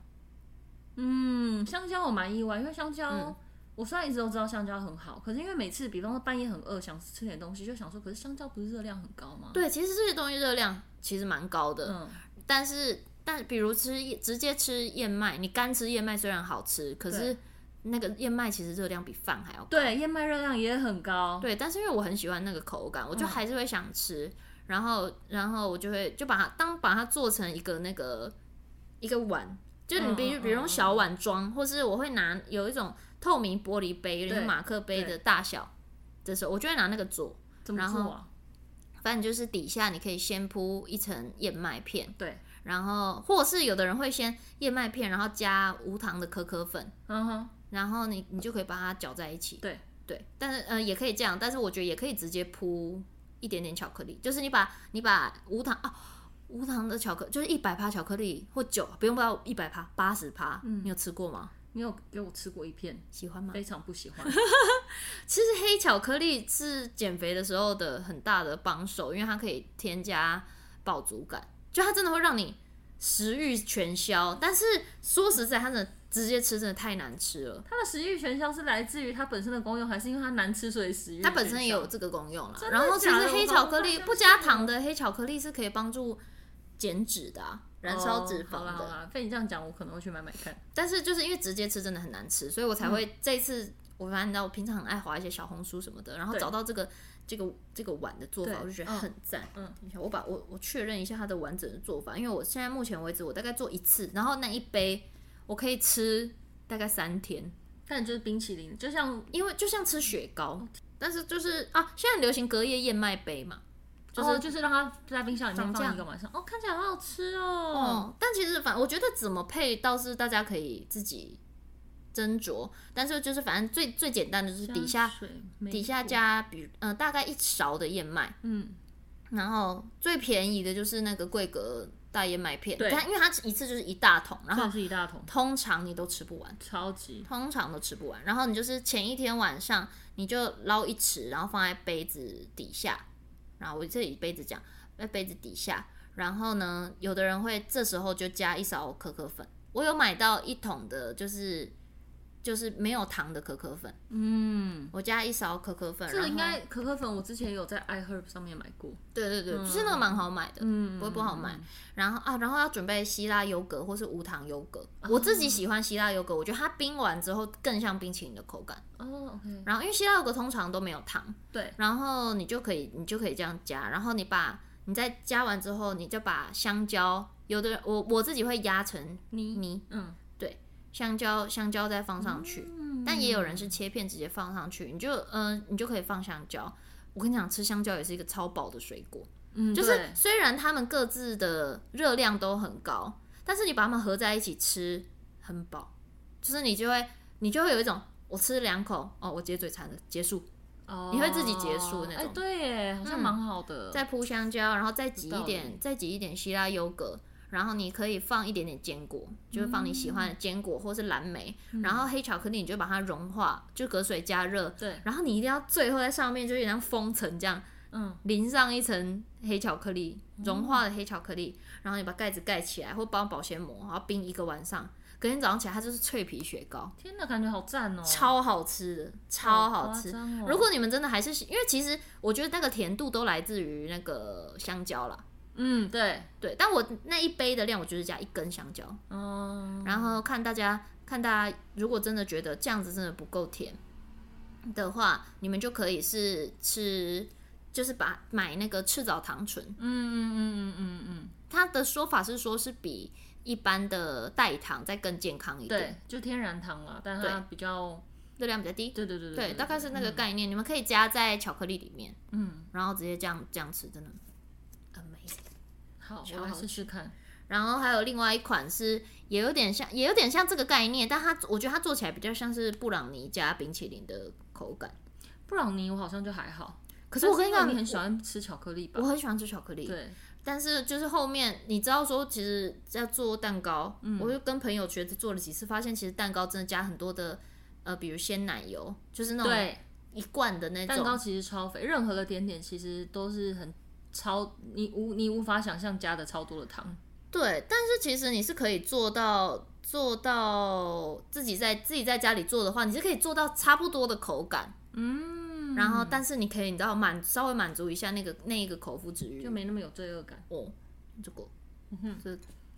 Speaker 2: 嗯，香蕉我蛮意外，因为香蕉、
Speaker 1: 嗯
Speaker 2: 我虽然一直都知道香蕉很好，可是因为每次比方说半夜很饿，想吃点东西，就想说，可是香蕉不是热量很高吗？
Speaker 1: 对，其实这些东西热量其实蛮高的，
Speaker 2: 嗯，
Speaker 1: 但是但比如吃直接吃燕麦，你干吃燕麦虽然好吃，可是那个燕麦其实热量比饭还要高。
Speaker 2: 对，燕麦热量也很高。
Speaker 1: 对，但是因为我很喜欢那个口感，
Speaker 2: 嗯
Speaker 1: 我就还是会想吃，然后然后我就会就把它当把它做成一个那个一个碗，就你比
Speaker 2: 嗯嗯
Speaker 1: 如比如用小碗装，或是我会拿有一种透明玻璃杯，有点像
Speaker 2: 对
Speaker 1: 马克杯
Speaker 2: 对
Speaker 1: 的大小的时候，我就会拿那个做。
Speaker 2: 怎么
Speaker 1: 然后
Speaker 2: 做啊？
Speaker 1: 反正就是底下你可以先铺一层燕麦片，
Speaker 2: 对，
Speaker 1: 然后或是有的人会先燕麦片，然后加无糖的可可粉，
Speaker 2: 嗯哼，
Speaker 1: 然后你你就可以把它搅在一起。
Speaker 2: 对
Speaker 1: 对，但是呃也可以这样，但是我觉得也可以直接铺一点点巧克力，就是你把你把无糖啊无糖的巧克就是一百趴巧克力或九，不用到一百趴，八十趴，你有吃过吗？
Speaker 2: 你有给我吃过一片，
Speaker 1: 喜欢吗？
Speaker 2: 非常不喜欢。
Speaker 1: 其实黑巧克力是减肥的时候的很大的帮手，因为它可以添加饱足感，就它真的会让你食欲全消。但是说实在，它真的直接吃真的太难吃了。
Speaker 2: 它的食欲全消是来自于它本身的功用，还是因为它难吃所以食欲？
Speaker 1: 它本身也有，这个功用啦。
Speaker 2: 嗯真的
Speaker 1: 然后其
Speaker 2: 假的
Speaker 1: 实黑巧克力
Speaker 2: 我搞
Speaker 1: 不
Speaker 2: 不太相信
Speaker 1: 加糖的黑巧克力是可以帮助减脂的、啊，燃烧脂
Speaker 2: 哦好
Speaker 1: 肪
Speaker 2: 啦
Speaker 1: 的。
Speaker 2: 好啦，被你这样讲，我可能会去买买看。
Speaker 1: 但是就是因为直接吃真的很难吃，所以我
Speaker 2: 嗯
Speaker 1: 才会这一次，我反正你知道我平常很爱划一些小红书什么的，然后
Speaker 2: 对
Speaker 1: 找到这个这个这个碗的做法
Speaker 2: 对，
Speaker 1: 我就觉得很赞。
Speaker 2: 嗯，
Speaker 1: 等一下我把我我确认一下它的完整的做法，因为我现在目前为止我大概做一次，然后那一杯我可以吃大概三天，
Speaker 2: 但就是冰淇淋，就像
Speaker 1: 因为就像吃雪
Speaker 2: 哦
Speaker 1: 糕，但是就是啊，现在很流行隔夜燕麦杯嘛，就是
Speaker 2: 哦就是让它在冰箱里面
Speaker 1: 长这
Speaker 2: 放
Speaker 1: 样
Speaker 2: 一个晚上，哦，看起来好好吃哦。
Speaker 1: 哦，但其实反我觉得怎么配倒是大家可以自己斟酌，但是就是反正最最简单的就是底下
Speaker 2: 加水没
Speaker 1: 底下
Speaker 2: 错，
Speaker 1: 加比嗯、呃、大概一勺的燕麦，
Speaker 2: 嗯，
Speaker 1: 然后最便宜的就是那个桂格大燕麦片，
Speaker 2: 对
Speaker 1: 它因为它一次就是一大桶，然
Speaker 2: 然后
Speaker 1: 后
Speaker 2: 是一大桶，
Speaker 1: 通常你都吃不完，
Speaker 2: 超级
Speaker 1: 通常都吃不完，然后你就是前一天晚上你就捞一匙，然后放在杯子底下，然后我这里杯子讲在杯子底下，然后呢，有的人会这时候就加一勺可可粉，我有买到一桶的，就是就是没有糖的可可粉，
Speaker 2: 嗯，
Speaker 1: 我加一勺可可粉，
Speaker 2: 这个
Speaker 1: 然后
Speaker 2: 应该可可粉，我之前有在 iHerb 上面买过，
Speaker 1: 对对对，就是那个蛮好买的，
Speaker 2: 嗯
Speaker 1: 不会不好买。然后啊，然后要准备希腊优格或是无糖优格。我自己喜欢希腊优格，我觉得它冰完之后更像冰淇淋的口感。
Speaker 2: 哦，OK，
Speaker 1: 然后因为希腊优格通常都没有糖，
Speaker 2: 对，
Speaker 1: 然后你就可以你就可以这样加，然后你把你在加完之后，你就把香蕉，有的人我我自己会压成
Speaker 2: 泥
Speaker 1: 泥，
Speaker 2: 嗯，
Speaker 1: 香蕉香蕉再放上去，
Speaker 2: 嗯
Speaker 1: 但也有人是切片直接放上去，你就嗯、你就可以放香蕉。我跟你讲，吃香蕉也是一个超饱的水果。
Speaker 2: 嗯，
Speaker 1: 就
Speaker 2: 就是
Speaker 1: 虽然它们各自的热量都很高，但是你把它们合在一起吃，很饱，就是你就会你就会有一种我吃两口哦，我解嘴馋了，结束，你会自己结束那种嗯
Speaker 2: 哎，对耶，好像蛮好的，
Speaker 1: 再铺香蕉，然后再挤一
Speaker 2: 有道
Speaker 1: 点，再挤一点希腊优格。然后你可以放一点点坚果，就是放你喜欢
Speaker 2: 嗯
Speaker 1: 的坚果或是蓝莓，然后黑巧克力你就把它融化，就隔水加热。
Speaker 2: 对，
Speaker 1: 然后你一定要最后在上面就有点像封层这样，
Speaker 2: 嗯，
Speaker 1: 淋上一层黑巧克力，融化的黑巧克力，然后你把盖子盖起来，或包保鲜膜，然后冰一个晚上。隔天早上起来，它就是脆皮雪糕，
Speaker 2: 天哪，感觉好赞哦，
Speaker 1: 超好吃的，超好
Speaker 2: 夸
Speaker 1: 吃。
Speaker 2: 张哦
Speaker 1: 如果你们真的还是喜因为其实我觉得那个甜度都来自于那个香蕉啦，
Speaker 2: 嗯，对，
Speaker 1: 对。但我那一杯的量，我就是加一根香蕉，
Speaker 2: 嗯，
Speaker 1: 然后看大家看大家如果真的觉得这样子真的不够甜的话，你们就可以是吃，就是把买那个赤藻糖醇。
Speaker 2: 嗯嗯嗯嗯嗯
Speaker 1: 他的说法是说，是比一般的代糖再更健康一
Speaker 2: 嗯，
Speaker 1: 点
Speaker 2: 对，，就天然糖啦，但它比较，
Speaker 1: 热量比较低。
Speaker 2: 对对对
Speaker 1: 对，大概是那个，概念。你们可以加在巧克力里面，
Speaker 2: 嗯，
Speaker 1: 然后直接这样这样吃，真的 amazing。
Speaker 2: 好，
Speaker 1: 超
Speaker 2: 我来
Speaker 1: 好
Speaker 2: 试试看，
Speaker 1: 然后还有另外一款是也有点像，也有点像这个概念，但它我觉得它做起来比较像是布朗尼加冰淇淋的口感。
Speaker 2: 布朗尼我好像就还好，
Speaker 1: 可是我跟
Speaker 2: 你
Speaker 1: 你讲，
Speaker 2: 你很喜欢吃巧克力吧
Speaker 1: 我，我？很喜欢吃巧克力，
Speaker 2: 对，
Speaker 1: 但是就是后面你知道说，其实在做蛋糕，
Speaker 2: 嗯
Speaker 1: 我就跟朋友学着做了几次，发现其实蛋糕真的加很多的，呃，比如鲜奶油，就是那种
Speaker 2: 对，
Speaker 1: 一罐的那
Speaker 2: 蛋糕
Speaker 1: 种，
Speaker 2: 其实超肥，任何的甜点其实都是很超，你无你无法想象加的超多的糖。
Speaker 1: 对。但是其实你是可以做到做到自己在自己在家里做的话，你是可以做到差不多的口感，
Speaker 2: 嗯，
Speaker 1: 然后但是你可以你知道满稍微满足一下那个那一个口腹之欲，
Speaker 2: 就没那么有罪恶感。
Speaker 1: 哦，这个，这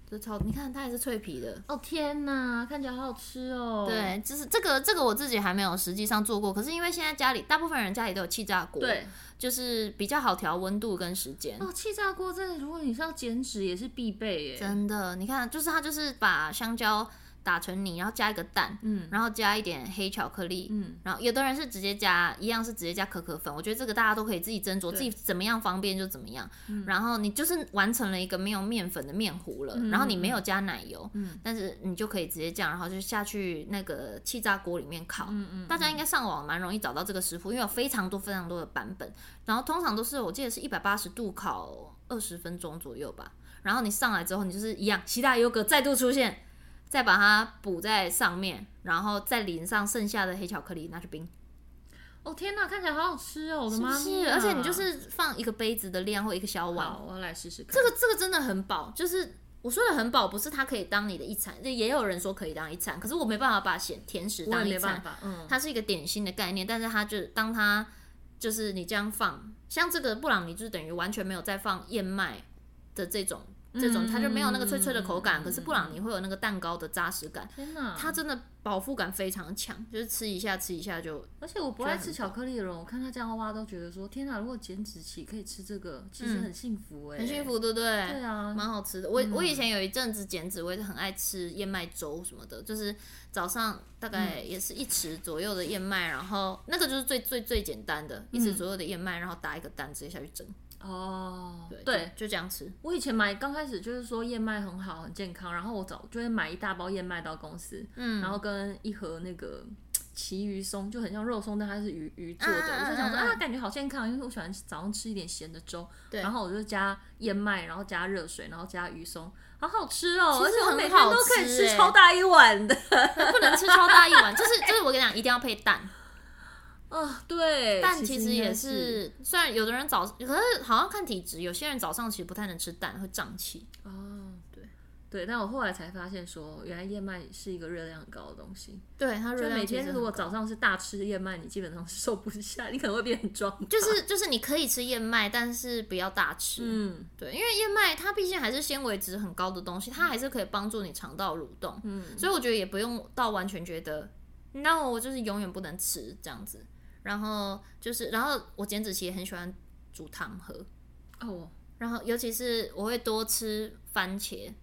Speaker 1: 这超，你看它也是脆皮的，
Speaker 2: 哦天哪，看起来好好吃哦。，
Speaker 1: 对，就是这个这个我自己还没有实际上做过，可是因为现在家里大部分人家里都有气炸锅，
Speaker 2: 对，
Speaker 1: 就是比较好调温度跟时间。
Speaker 2: 哦，气炸锅真的，如果你是要减脂，也是必备耶。
Speaker 1: 真的，你看，就是它就是把香蕉打成泥，然后加一个蛋，
Speaker 2: 嗯
Speaker 1: 然后加一点黑巧克力，
Speaker 2: 嗯，
Speaker 1: 然后有的人是直接加，一样是直接加可可粉。我觉得这个大家都可以自己斟酌，自己怎么样方便就怎么样。
Speaker 2: 嗯
Speaker 1: 然后你就是完成了一个没有面粉的面糊了，然后你没有加奶油，
Speaker 2: 嗯
Speaker 1: 但是你就可以直接这样，然后就下去那个气炸锅里面烤。
Speaker 2: 嗯嗯
Speaker 1: 大家应该上网蛮容易找到这个师傅，因为有非常多非常多的版本。然后通常都是我记得是一百八十度烤二十分钟左右吧。然后你上来之后，你就是一样，希腊优格再度出现，再把它补在上面，然后再淋上剩下的黑巧克力拿去冰，
Speaker 2: 哦天哪，看起来好好吃哦，我的
Speaker 1: 是不
Speaker 2: 妈咪
Speaker 1: 是？
Speaker 2: 啊
Speaker 1: 而且你就是放一个杯子的量或一个小碗，
Speaker 2: 好，我要来试试看。
Speaker 1: 这个这个真的很饱，就是。我说的很饱，不是它可以当你的一餐，就也有人说可以当一餐，可是我没办法把咸甜食
Speaker 2: 我
Speaker 1: 当
Speaker 2: 也
Speaker 1: 一
Speaker 2: 没
Speaker 1: 餐
Speaker 2: 办，法，嗯，
Speaker 1: 它是一个点心的概念，但是它就是当它就是你这样放，像这个布朗尼就是等于完全没有再放燕麦的这种这种，它就没有那个脆脆的口感，
Speaker 2: 嗯
Speaker 1: 可是布朗尼会有那个蛋糕的扎实感，
Speaker 2: 天哪，
Speaker 1: 它真的饱腹感非常强，就是吃一下吃一下就
Speaker 2: 而且我不爱吃巧克力的人，我看他这样挖都觉得说，天哪，如果减脂期可以吃这个，其实很幸福哎，
Speaker 1: 很幸。福，对不对？
Speaker 2: 对啊，
Speaker 1: 蛮好吃的。我、我以前有一阵子减脂，我也是很爱吃燕麦粥什么的，就是早上大概
Speaker 2: 嗯
Speaker 1: 也是一匙左右的燕麦，然后那个就是最最最简单的，一
Speaker 2: 嗯
Speaker 1: 匙左右的燕麦，然后打一个蛋直接下去蒸，
Speaker 2: 哦，对，
Speaker 1: 就这样吃。
Speaker 2: 我以前买刚开始就是说燕麦很好，很健康，然后我早就会买一大包燕麦到公司，嗯，然后跟一盒那个奇鱼松，就很像肉松，但它是鱼鱼做的，
Speaker 1: 啊啊啊
Speaker 2: 我就想说
Speaker 1: 啊
Speaker 2: 啊，感觉好健康，因为我喜欢早上吃一点咸的粥，
Speaker 1: 对
Speaker 2: 然后我就加燕麦，然后加热水，然后加鱼松，好好吃哦，
Speaker 1: 其
Speaker 2: 而
Speaker 1: 实
Speaker 2: 且我
Speaker 1: 很
Speaker 2: 每天
Speaker 1: 好
Speaker 2: 都可以
Speaker 1: 吃
Speaker 2: 吃
Speaker 1: 欸
Speaker 2: 超大一碗的，
Speaker 1: 不能吃超大一碗，就是就是我跟你讲，一定要配 蛋。
Speaker 2: 啊，对，
Speaker 1: 蛋其实
Speaker 2: 应该
Speaker 1: 也
Speaker 2: 是，
Speaker 1: 是，虽然有的人早，可是好像看体质，有些人早上其实不太能吃蛋，会胀气。
Speaker 2: 哦，
Speaker 1: 对，
Speaker 2: 对，但我后来才发现说，原来燕麦是一个热量很高的东西。
Speaker 1: 对，它热
Speaker 2: 就
Speaker 1: 量
Speaker 2: 每
Speaker 1: 其实
Speaker 2: 天
Speaker 1: 很
Speaker 2: 如果
Speaker 1: 高
Speaker 2: 早上是大吃燕麦，你基本上是瘦不下，你可能会变很壮。
Speaker 1: 就是就是你可以吃燕麦，但是不要大吃。
Speaker 2: 嗯
Speaker 1: 对，因为燕麦它毕竟还是纤维值很高的东西，它还是可以帮助你肠道蠕动，
Speaker 2: 嗯，
Speaker 1: 所以我觉得也不用到完全觉得，那我就是永远不能吃这样子。然后就是，然后我减脂期也很喜欢煮汤喝，
Speaker 2: 哦，
Speaker 1: 然后尤其是我会多吃番茄，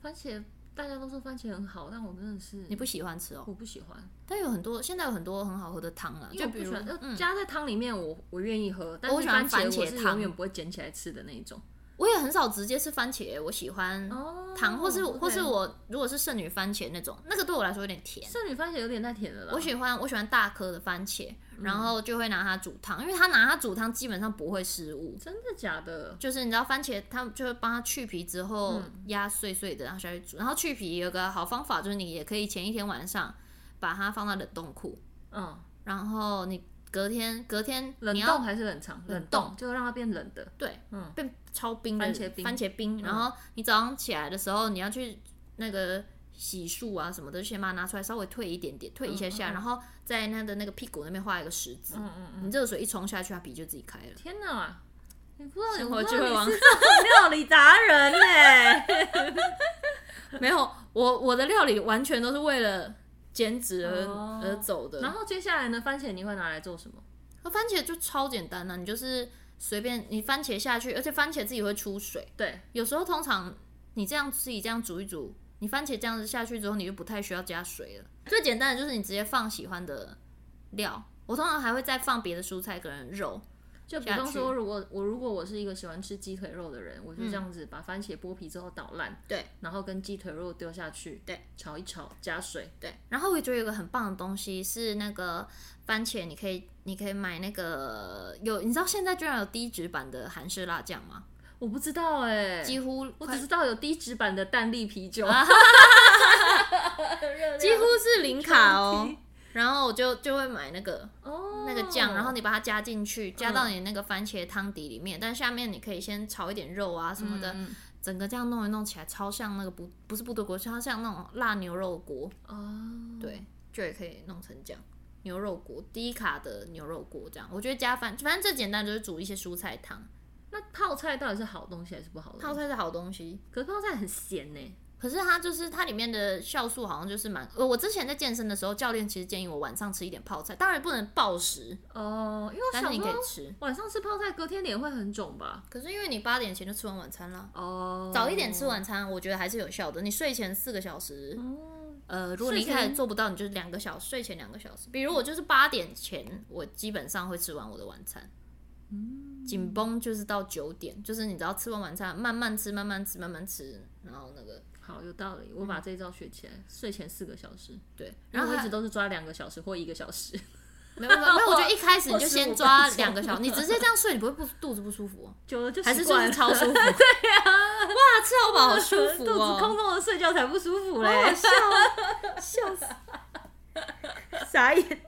Speaker 2: 番茄大家都说番茄很好，但我真的是
Speaker 1: 你不喜欢吃哦，
Speaker 2: 我不喜欢，
Speaker 1: 但有很多现在有很多很好喝的汤啊，
Speaker 2: 嗯因
Speaker 1: 就
Speaker 2: 为我
Speaker 1: 比
Speaker 2: 不喜
Speaker 1: 如
Speaker 2: 欢，呃
Speaker 1: 嗯，
Speaker 2: 加在汤里面我我愿意喝，但
Speaker 1: 我
Speaker 2: 是
Speaker 1: 喜欢番
Speaker 2: 番
Speaker 1: 茄
Speaker 2: 我是
Speaker 1: 汤
Speaker 2: 永远不会捡起来吃的那一种。
Speaker 1: 我也很少直接吃番茄，我喜欢
Speaker 2: 哦
Speaker 1: 糖，或是
Speaker 2: OK
Speaker 1: 或是我如果是剩女番茄那种，那个对我来说有点甜。
Speaker 2: 剩女番茄有点太甜了啦。
Speaker 1: 我喜欢我喜欢大颗的番茄，
Speaker 2: 嗯
Speaker 1: 然后就会拿它煮汤，因为它拿它煮汤基本上不会失误。
Speaker 2: 真的假的？
Speaker 1: 就是你知道番茄，它就会帮它去皮之后
Speaker 2: 嗯
Speaker 1: 压碎碎的，然后下去煮。然后去皮有个好方法，就是你也可以前一天晚上把它放到冷冻库，
Speaker 2: 嗯，
Speaker 1: 然后你隔天隔天
Speaker 2: 冷
Speaker 1: 你要
Speaker 2: 冻还是冷藏？冷
Speaker 1: 冻
Speaker 2: 冻就让它变冷的。
Speaker 1: 对，
Speaker 2: 嗯
Speaker 1: 变超冰嗯的
Speaker 2: 番茄冰
Speaker 1: 番茄冰。然后你早上起来的时候，你要去那个洗漱啊什么的，先把它拿出来，稍微退一点点，退一下下，
Speaker 2: 嗯嗯
Speaker 1: 然后在它的那个屁股那边画一个十字。
Speaker 2: 嗯嗯嗯。
Speaker 1: 你热水一冲下去，它皮就自己开了。
Speaker 2: 天哪！你不知道，
Speaker 1: 生
Speaker 2: 我
Speaker 1: 活
Speaker 2: 不
Speaker 1: 智
Speaker 2: 知道
Speaker 1: 慧
Speaker 2: 你
Speaker 1: 王
Speaker 2: 是这种料理达人呢、
Speaker 1: 没有，我我的料理完全都是为了减脂而、
Speaker 2: 哦
Speaker 1: 而走的。
Speaker 2: 然后接下来呢，番茄你会拿来做什么？
Speaker 1: 那番茄就超简单啊了、你就是随便你番茄下去，而且番茄自己会出水。
Speaker 2: 对，
Speaker 1: 有时候通常你这样自己这样煮一煮，你番茄这样子下去之后，你就不太需要加水了。最简单的就是你直接放喜欢的料，我通常还会再放别的蔬菜跟肉。
Speaker 2: 就比
Speaker 1: 下
Speaker 2: 方
Speaker 1: 去嗯
Speaker 2: 说，如果我如果我是一个喜欢吃鸡腿肉的人，我就这样子把番茄剥皮之后捣烂，
Speaker 1: 对，
Speaker 2: 然后跟鸡腿肉丢下去，
Speaker 1: 对，
Speaker 2: 炒一炒，加水，
Speaker 1: 对，然后我觉得有一个很棒的东西是那个番茄，你可以你可以买那个有，你知道现在居然有低脂版的韩式辣酱吗？
Speaker 2: 我不知道哎、
Speaker 1: 几乎
Speaker 2: 我
Speaker 1: 快
Speaker 2: 只知道有低脂版的蛋力啤酒，
Speaker 1: 几乎是零卡哦。然后我就就会买那个
Speaker 2: 哦，嗯
Speaker 1: 那个酱，然后你把它加进去，加到你那个番茄汤底里面。但下面你可以先炒一点肉啊什么的，
Speaker 2: 嗯
Speaker 1: 整个这样弄一弄起来，超像那个不不是部队锅，超像那种辣牛肉锅，
Speaker 2: 哦，
Speaker 1: 对，就也可以弄成这样。牛肉锅低卡的牛肉锅这样，我觉得加反反正最简单就是煮一些蔬菜汤，
Speaker 2: 那哦泡菜到底是好东西还是不好的？
Speaker 1: 泡，菜是好东西。
Speaker 2: 可是泡菜很咸呢、
Speaker 1: 可是它就是它里面的酵素好像就是蛮，呃，我之前在健身的时候，教练其实建议我晚上吃一点泡菜，当然不能暴食，
Speaker 2: 哦，因为我
Speaker 1: 但是
Speaker 2: 想
Speaker 1: 你可以
Speaker 2: 说
Speaker 1: 吃。
Speaker 2: 晚上吃泡菜，隔天脸会很肿吧？
Speaker 1: 可是因为你八点前就吃完晚餐了，
Speaker 2: 哦，
Speaker 1: 早一点吃晚餐，我觉得还是有效的。你睡前四个小时，
Speaker 2: 哦，
Speaker 1: 呃，如果你一
Speaker 2: 睡前
Speaker 1: 开始做不到，你就是两个小时，睡前两个小时。比如我就是八点前，我基本上会吃完我的晚餐，紧绷就是到九点，就是你只要吃完晚餐，慢慢吃，慢慢吃，慢慢吃，然后那个
Speaker 2: 好，有道理，我把这一招学起来，睡前四个小时，
Speaker 1: 对，然
Speaker 2: 然后
Speaker 1: 后
Speaker 2: 我一
Speaker 1: 还
Speaker 2: 直都是抓两个小时或一个 小时，
Speaker 1: 没 有没有，没有我觉得一开始你就先抓
Speaker 2: 我15分钟
Speaker 1: 两个小时，你直接这样睡，你不会不肚子不舒 服哦、
Speaker 2: 久了就
Speaker 1: 还是
Speaker 2: 习
Speaker 1: 就
Speaker 2: 惯
Speaker 1: 是
Speaker 2: 了啊
Speaker 1: 超舒服？对呀、哇，吃好饱 好舒服
Speaker 2: 肚
Speaker 1: 哦
Speaker 2: 子、空空的睡觉才不舒服嘞，
Speaker 1: 笑死！
Speaker 2: 傻眼。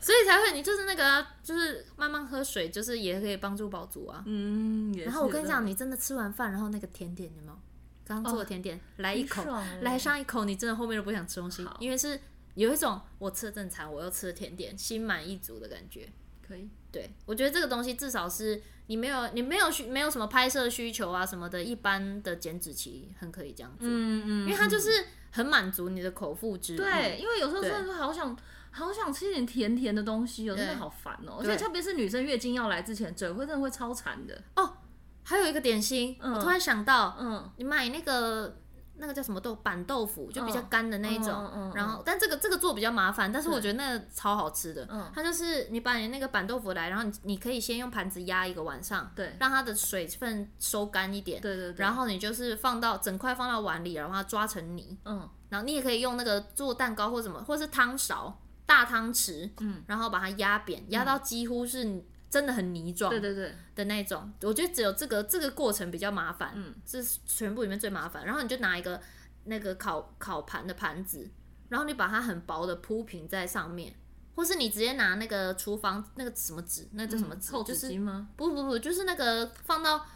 Speaker 1: 所以才会你就是那个啊、就是慢慢喝水，就是也可以帮助饱足啊。
Speaker 2: 嗯，
Speaker 1: 然后我跟你讲，
Speaker 2: 你
Speaker 1: 你真的吃完饭，然后那个甜点有没有？刚做的甜点，来一口
Speaker 2: 哦很爽欸，
Speaker 1: 来上一口，你真的后面都不想吃东西
Speaker 2: 好，
Speaker 1: 因为是有一种我吃了正餐，我又吃了甜点，心满意足的感觉。
Speaker 2: 可以，
Speaker 1: 对，我觉得这个东西至少是你没有你没有需没有什么拍摄需求啊什么的，一般的减脂期很可以这样做，
Speaker 2: 嗯
Speaker 1: 因为它就是很满足你的口腹之欲。
Speaker 2: 对，，因为有时候
Speaker 1: 对
Speaker 2: 真的是好想好想吃一点甜甜的东西哦，真的
Speaker 1: 对
Speaker 2: 好烦哦，而
Speaker 1: 对
Speaker 2: 且特别是女生月经要来之前，嘴会真的会超馋的，
Speaker 1: 哦还有一个点心，
Speaker 2: 嗯
Speaker 1: 我突然想到，
Speaker 2: 嗯。
Speaker 1: 你买那个那个叫什么豆板豆腐，就比较干的那一种。
Speaker 2: 嗯嗯嗯
Speaker 1: 然后，但这个这个做比较麻烦，但是我
Speaker 2: 对
Speaker 1: 觉得那个超好吃的。
Speaker 2: 嗯
Speaker 1: 它就是你把你那个板豆腐来，然后你你可以先用盘子压一个晚上，
Speaker 2: 对
Speaker 1: 让它的水分收干一点。
Speaker 2: 对对对，
Speaker 1: 然后你就是放到整块放到碗里，然后把它抓成泥。
Speaker 2: 嗯，
Speaker 1: 然后你也可以用那个做蛋糕或什么，或是汤勺、大汤匙，嗯，然后把它压扁，压到几乎是真的很泥状。
Speaker 2: 对对对，
Speaker 1: 的那种，我觉得只有这个这个过程比较麻烦，
Speaker 2: 嗯，
Speaker 1: 是全部里面最麻烦。然后你就拿一个那个烤烤盘的盘子，然后你把它很薄的铺平在上面，或是你直接拿那个厨房那个什么纸，那叫什么纸？
Speaker 2: 臭
Speaker 1: 就
Speaker 2: 嗯纸
Speaker 1: 是
Speaker 2: 巾吗？
Speaker 1: 不不不，就是那个放到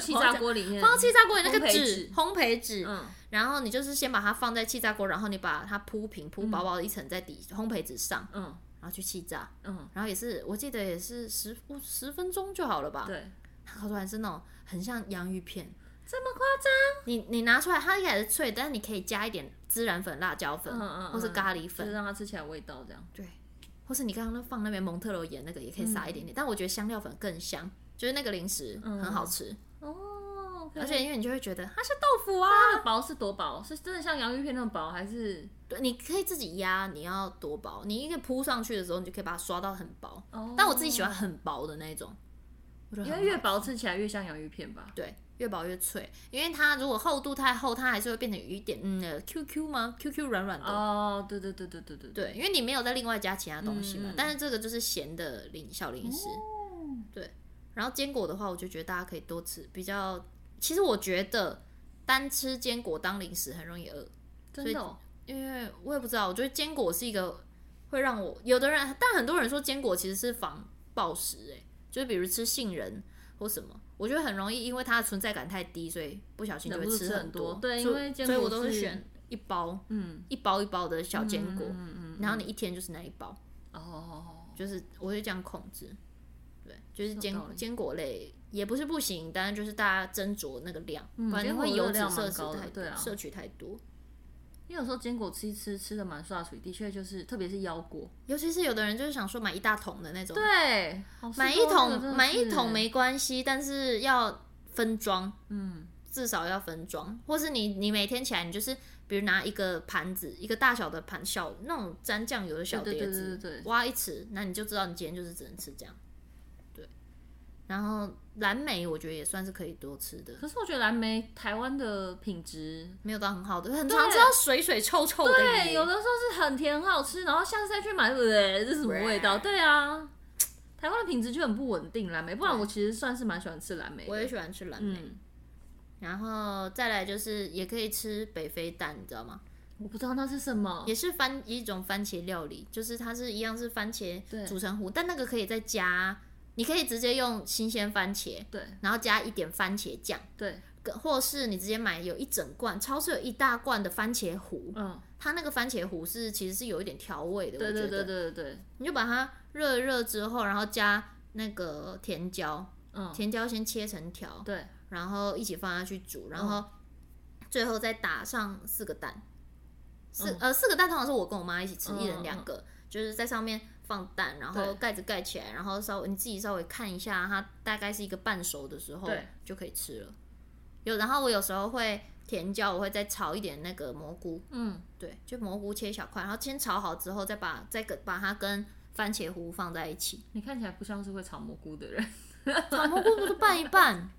Speaker 2: 气炸锅里面，
Speaker 1: 放到气炸锅里那
Speaker 2: 烘
Speaker 1: 个
Speaker 2: 焙
Speaker 1: 纸
Speaker 2: 纸，
Speaker 1: 烘焙纸，
Speaker 2: 嗯，
Speaker 1: 然后你就是先把它放在气炸锅，然后你把它铺平，铺薄薄的一层在底烘焙纸上，
Speaker 2: 嗯
Speaker 1: 然后去气炸。
Speaker 2: 嗯，
Speaker 1: 然后也是，我记得也是十五十分钟就好了吧？
Speaker 2: 对，
Speaker 1: 它烤出来是那种很像洋芋片。
Speaker 2: 这么夸张？
Speaker 1: 你你拿出来，它一开始脆，但是你可以加一点孜然粉、辣椒粉，
Speaker 2: 嗯嗯嗯
Speaker 1: 或是咖喱
Speaker 2: 就是
Speaker 1: 粉，
Speaker 2: 让它吃起来有味道这样。
Speaker 1: 对，或是你刚刚放那边蒙特罗盐那个也可以撒一点点，但我觉得香料粉更香，就是那个零食
Speaker 2: 嗯
Speaker 1: 很好吃，
Speaker 2: 哦，
Speaker 1: 而且因为你就会觉得它像豆腐
Speaker 2: 它
Speaker 1: 啊，
Speaker 2: 的薄是多薄？是真的像洋芋片那么薄，还是
Speaker 1: 对，你可以自己压，你要多薄，你一个铺上去的时候，你就可以把它刷到很薄，
Speaker 2: 哦
Speaker 1: 但我自己喜欢，很薄的那种，我觉得
Speaker 2: 因
Speaker 1: 很
Speaker 2: 为越薄吃起来越像洋芋片吧？
Speaker 1: 对，越薄越脆，因为它如果厚度太厚，它还是会变成有一点嗯呃 QQ 吗？QQ 软软的。
Speaker 2: 哦，对对对对对对对，
Speaker 1: 对，因为你没有再另外加其他东西嘛，
Speaker 2: 嗯哦嗯
Speaker 1: 但是这个就是咸的零小零食。对，然后坚果的话，我就觉得大家可以多吃，比较其实我觉得单吃坚果当零食很容易饿，
Speaker 2: 真的哦，
Speaker 1: 因为我也不知道，我觉得坚果是一个会让我有的人，但很多人说坚果其实是防暴食、欸，就是比如吃杏仁或什么，我觉得很容易因为它的存在感太低，所以不小心就
Speaker 2: 忍
Speaker 1: 会
Speaker 2: 不住
Speaker 1: 吃
Speaker 2: 吃
Speaker 1: 很
Speaker 2: 很多
Speaker 1: 多
Speaker 2: 对
Speaker 1: 所以
Speaker 2: 因为坚
Speaker 1: 所以我
Speaker 2: 果
Speaker 1: 都会
Speaker 2: 是
Speaker 1: 选一包
Speaker 2: 嗯，
Speaker 1: 一包一包的小坚果，
Speaker 2: 嗯嗯嗯
Speaker 1: 然后你一天就是那一包。
Speaker 2: 嗯，哦，
Speaker 1: 就是我会这样控制。对，就是坚
Speaker 2: 有道理
Speaker 1: 坚果类也不是不行，但是就是大家斟酌那个量，
Speaker 2: 嗯
Speaker 1: 不然你
Speaker 2: 坚果
Speaker 1: 会
Speaker 2: 的
Speaker 1: 油
Speaker 2: 热
Speaker 1: 脂
Speaker 2: 量
Speaker 1: 摄
Speaker 2: 蛮
Speaker 1: 取
Speaker 2: 高的
Speaker 1: 太
Speaker 2: 对啊
Speaker 1: 摄取太多。
Speaker 2: 因为有时候坚果吃一吃吃的蛮刷嘴，的确就是，特别是腰果，
Speaker 1: 尤其是有的人就是想说买一大桶的那种，
Speaker 2: 对，啊
Speaker 1: 买一桶买一桶，没关系，但是要分装，
Speaker 2: 嗯，
Speaker 1: 至少要分装，或是你你每天起来你就是比如拿一个盘子，一个大小的盘小那种沾酱油的小
Speaker 2: 对对
Speaker 1: 碟
Speaker 2: 对
Speaker 1: 子，
Speaker 2: 对对对
Speaker 1: 挖一匙，那你就知道你今天就是只能吃这样。对，然后蓝莓我觉得也算是可以多吃的，
Speaker 2: 可是我觉得蓝莓台湾的品质
Speaker 1: 没有到很好的，很常吃到水水臭臭的耶。
Speaker 2: 对，有的时候是很甜很好吃，然后下次再去买，呃，这是什么味道？对啊，台湾的品质就很不稳定，蓝莓。不然我其实算是蛮喜欢吃蓝莓的。
Speaker 1: 我也喜欢吃蓝莓。
Speaker 2: 嗯，
Speaker 1: 然后再来就是也可以吃北非蛋，你知道吗？
Speaker 2: 我不知道那是什么。
Speaker 1: 也是番一种番茄料理，就是它是一样是番茄
Speaker 2: 对
Speaker 1: 煮成糊，但那个可以再加，你可以直接用新鲜番茄，
Speaker 2: 对
Speaker 1: 然后加一点番茄酱，
Speaker 2: 对，
Speaker 1: 跟或是你直接买有一整罐，超市有一大罐的番茄糊，
Speaker 2: 嗯，
Speaker 1: 它那个番茄糊是其实是有一点调味的，
Speaker 2: 对对
Speaker 1: 我觉
Speaker 2: 对
Speaker 1: 得
Speaker 2: 对对对，
Speaker 1: 你就把它热一热之后，然后加那个甜椒，
Speaker 2: 嗯，
Speaker 1: 甜椒先切成条，
Speaker 2: 对，
Speaker 1: 然后一起放下去煮，
Speaker 2: 嗯
Speaker 1: 然后最后再打上四个蛋，四、
Speaker 2: 嗯
Speaker 1: 呃四个蛋通常是我跟我妈一起吃，
Speaker 2: 嗯
Speaker 1: 一人两个，就是在上面放蛋，然后
Speaker 2: 对
Speaker 1: 盖子盖起来，然后稍微你自己稍微看一下，它大概是一个半熟的时候
Speaker 2: 对
Speaker 1: 就可以吃了。有，然后我有时候会甜椒，我会再炒一点那个蘑菇，
Speaker 2: 嗯，
Speaker 1: 对，就蘑菇切小块，然后先炒好之后，再把再跟把它跟番茄糊放在一起，
Speaker 2: 你看起来不像是会炒蘑菇的人。
Speaker 1: 炒蘑菇不是拌一 拌，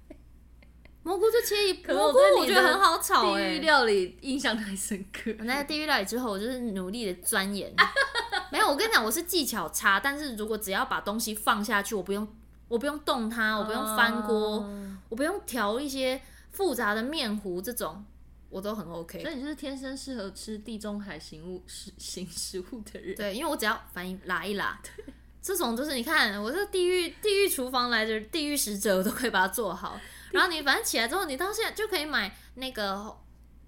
Speaker 1: 蘑菇就切一，
Speaker 2: 可是
Speaker 1: 蘑
Speaker 2: 我
Speaker 1: 菇
Speaker 2: 对你
Speaker 1: 我觉得
Speaker 2: 的
Speaker 1: 很好炒哎、
Speaker 2: 地狱料理印象太深刻。
Speaker 1: 我在地狱料理之后，我就是努力的钻研。 没有，我跟你讲，我是技巧差，但是如果只要把东西放下去，我不用，我不用动它，我不用翻锅，
Speaker 2: 哦
Speaker 1: 我不用调一些复杂的面糊这种，我都很 OK。
Speaker 2: 所以你就是天生适合吃地中海型物食型食物的人。
Speaker 1: 对，因为我只要反应拉一拉，这种就是你看，我这地狱地狱厨房来的地狱使者，我都可以把它做好。然后你反正起来之后，你到现在就可以买那个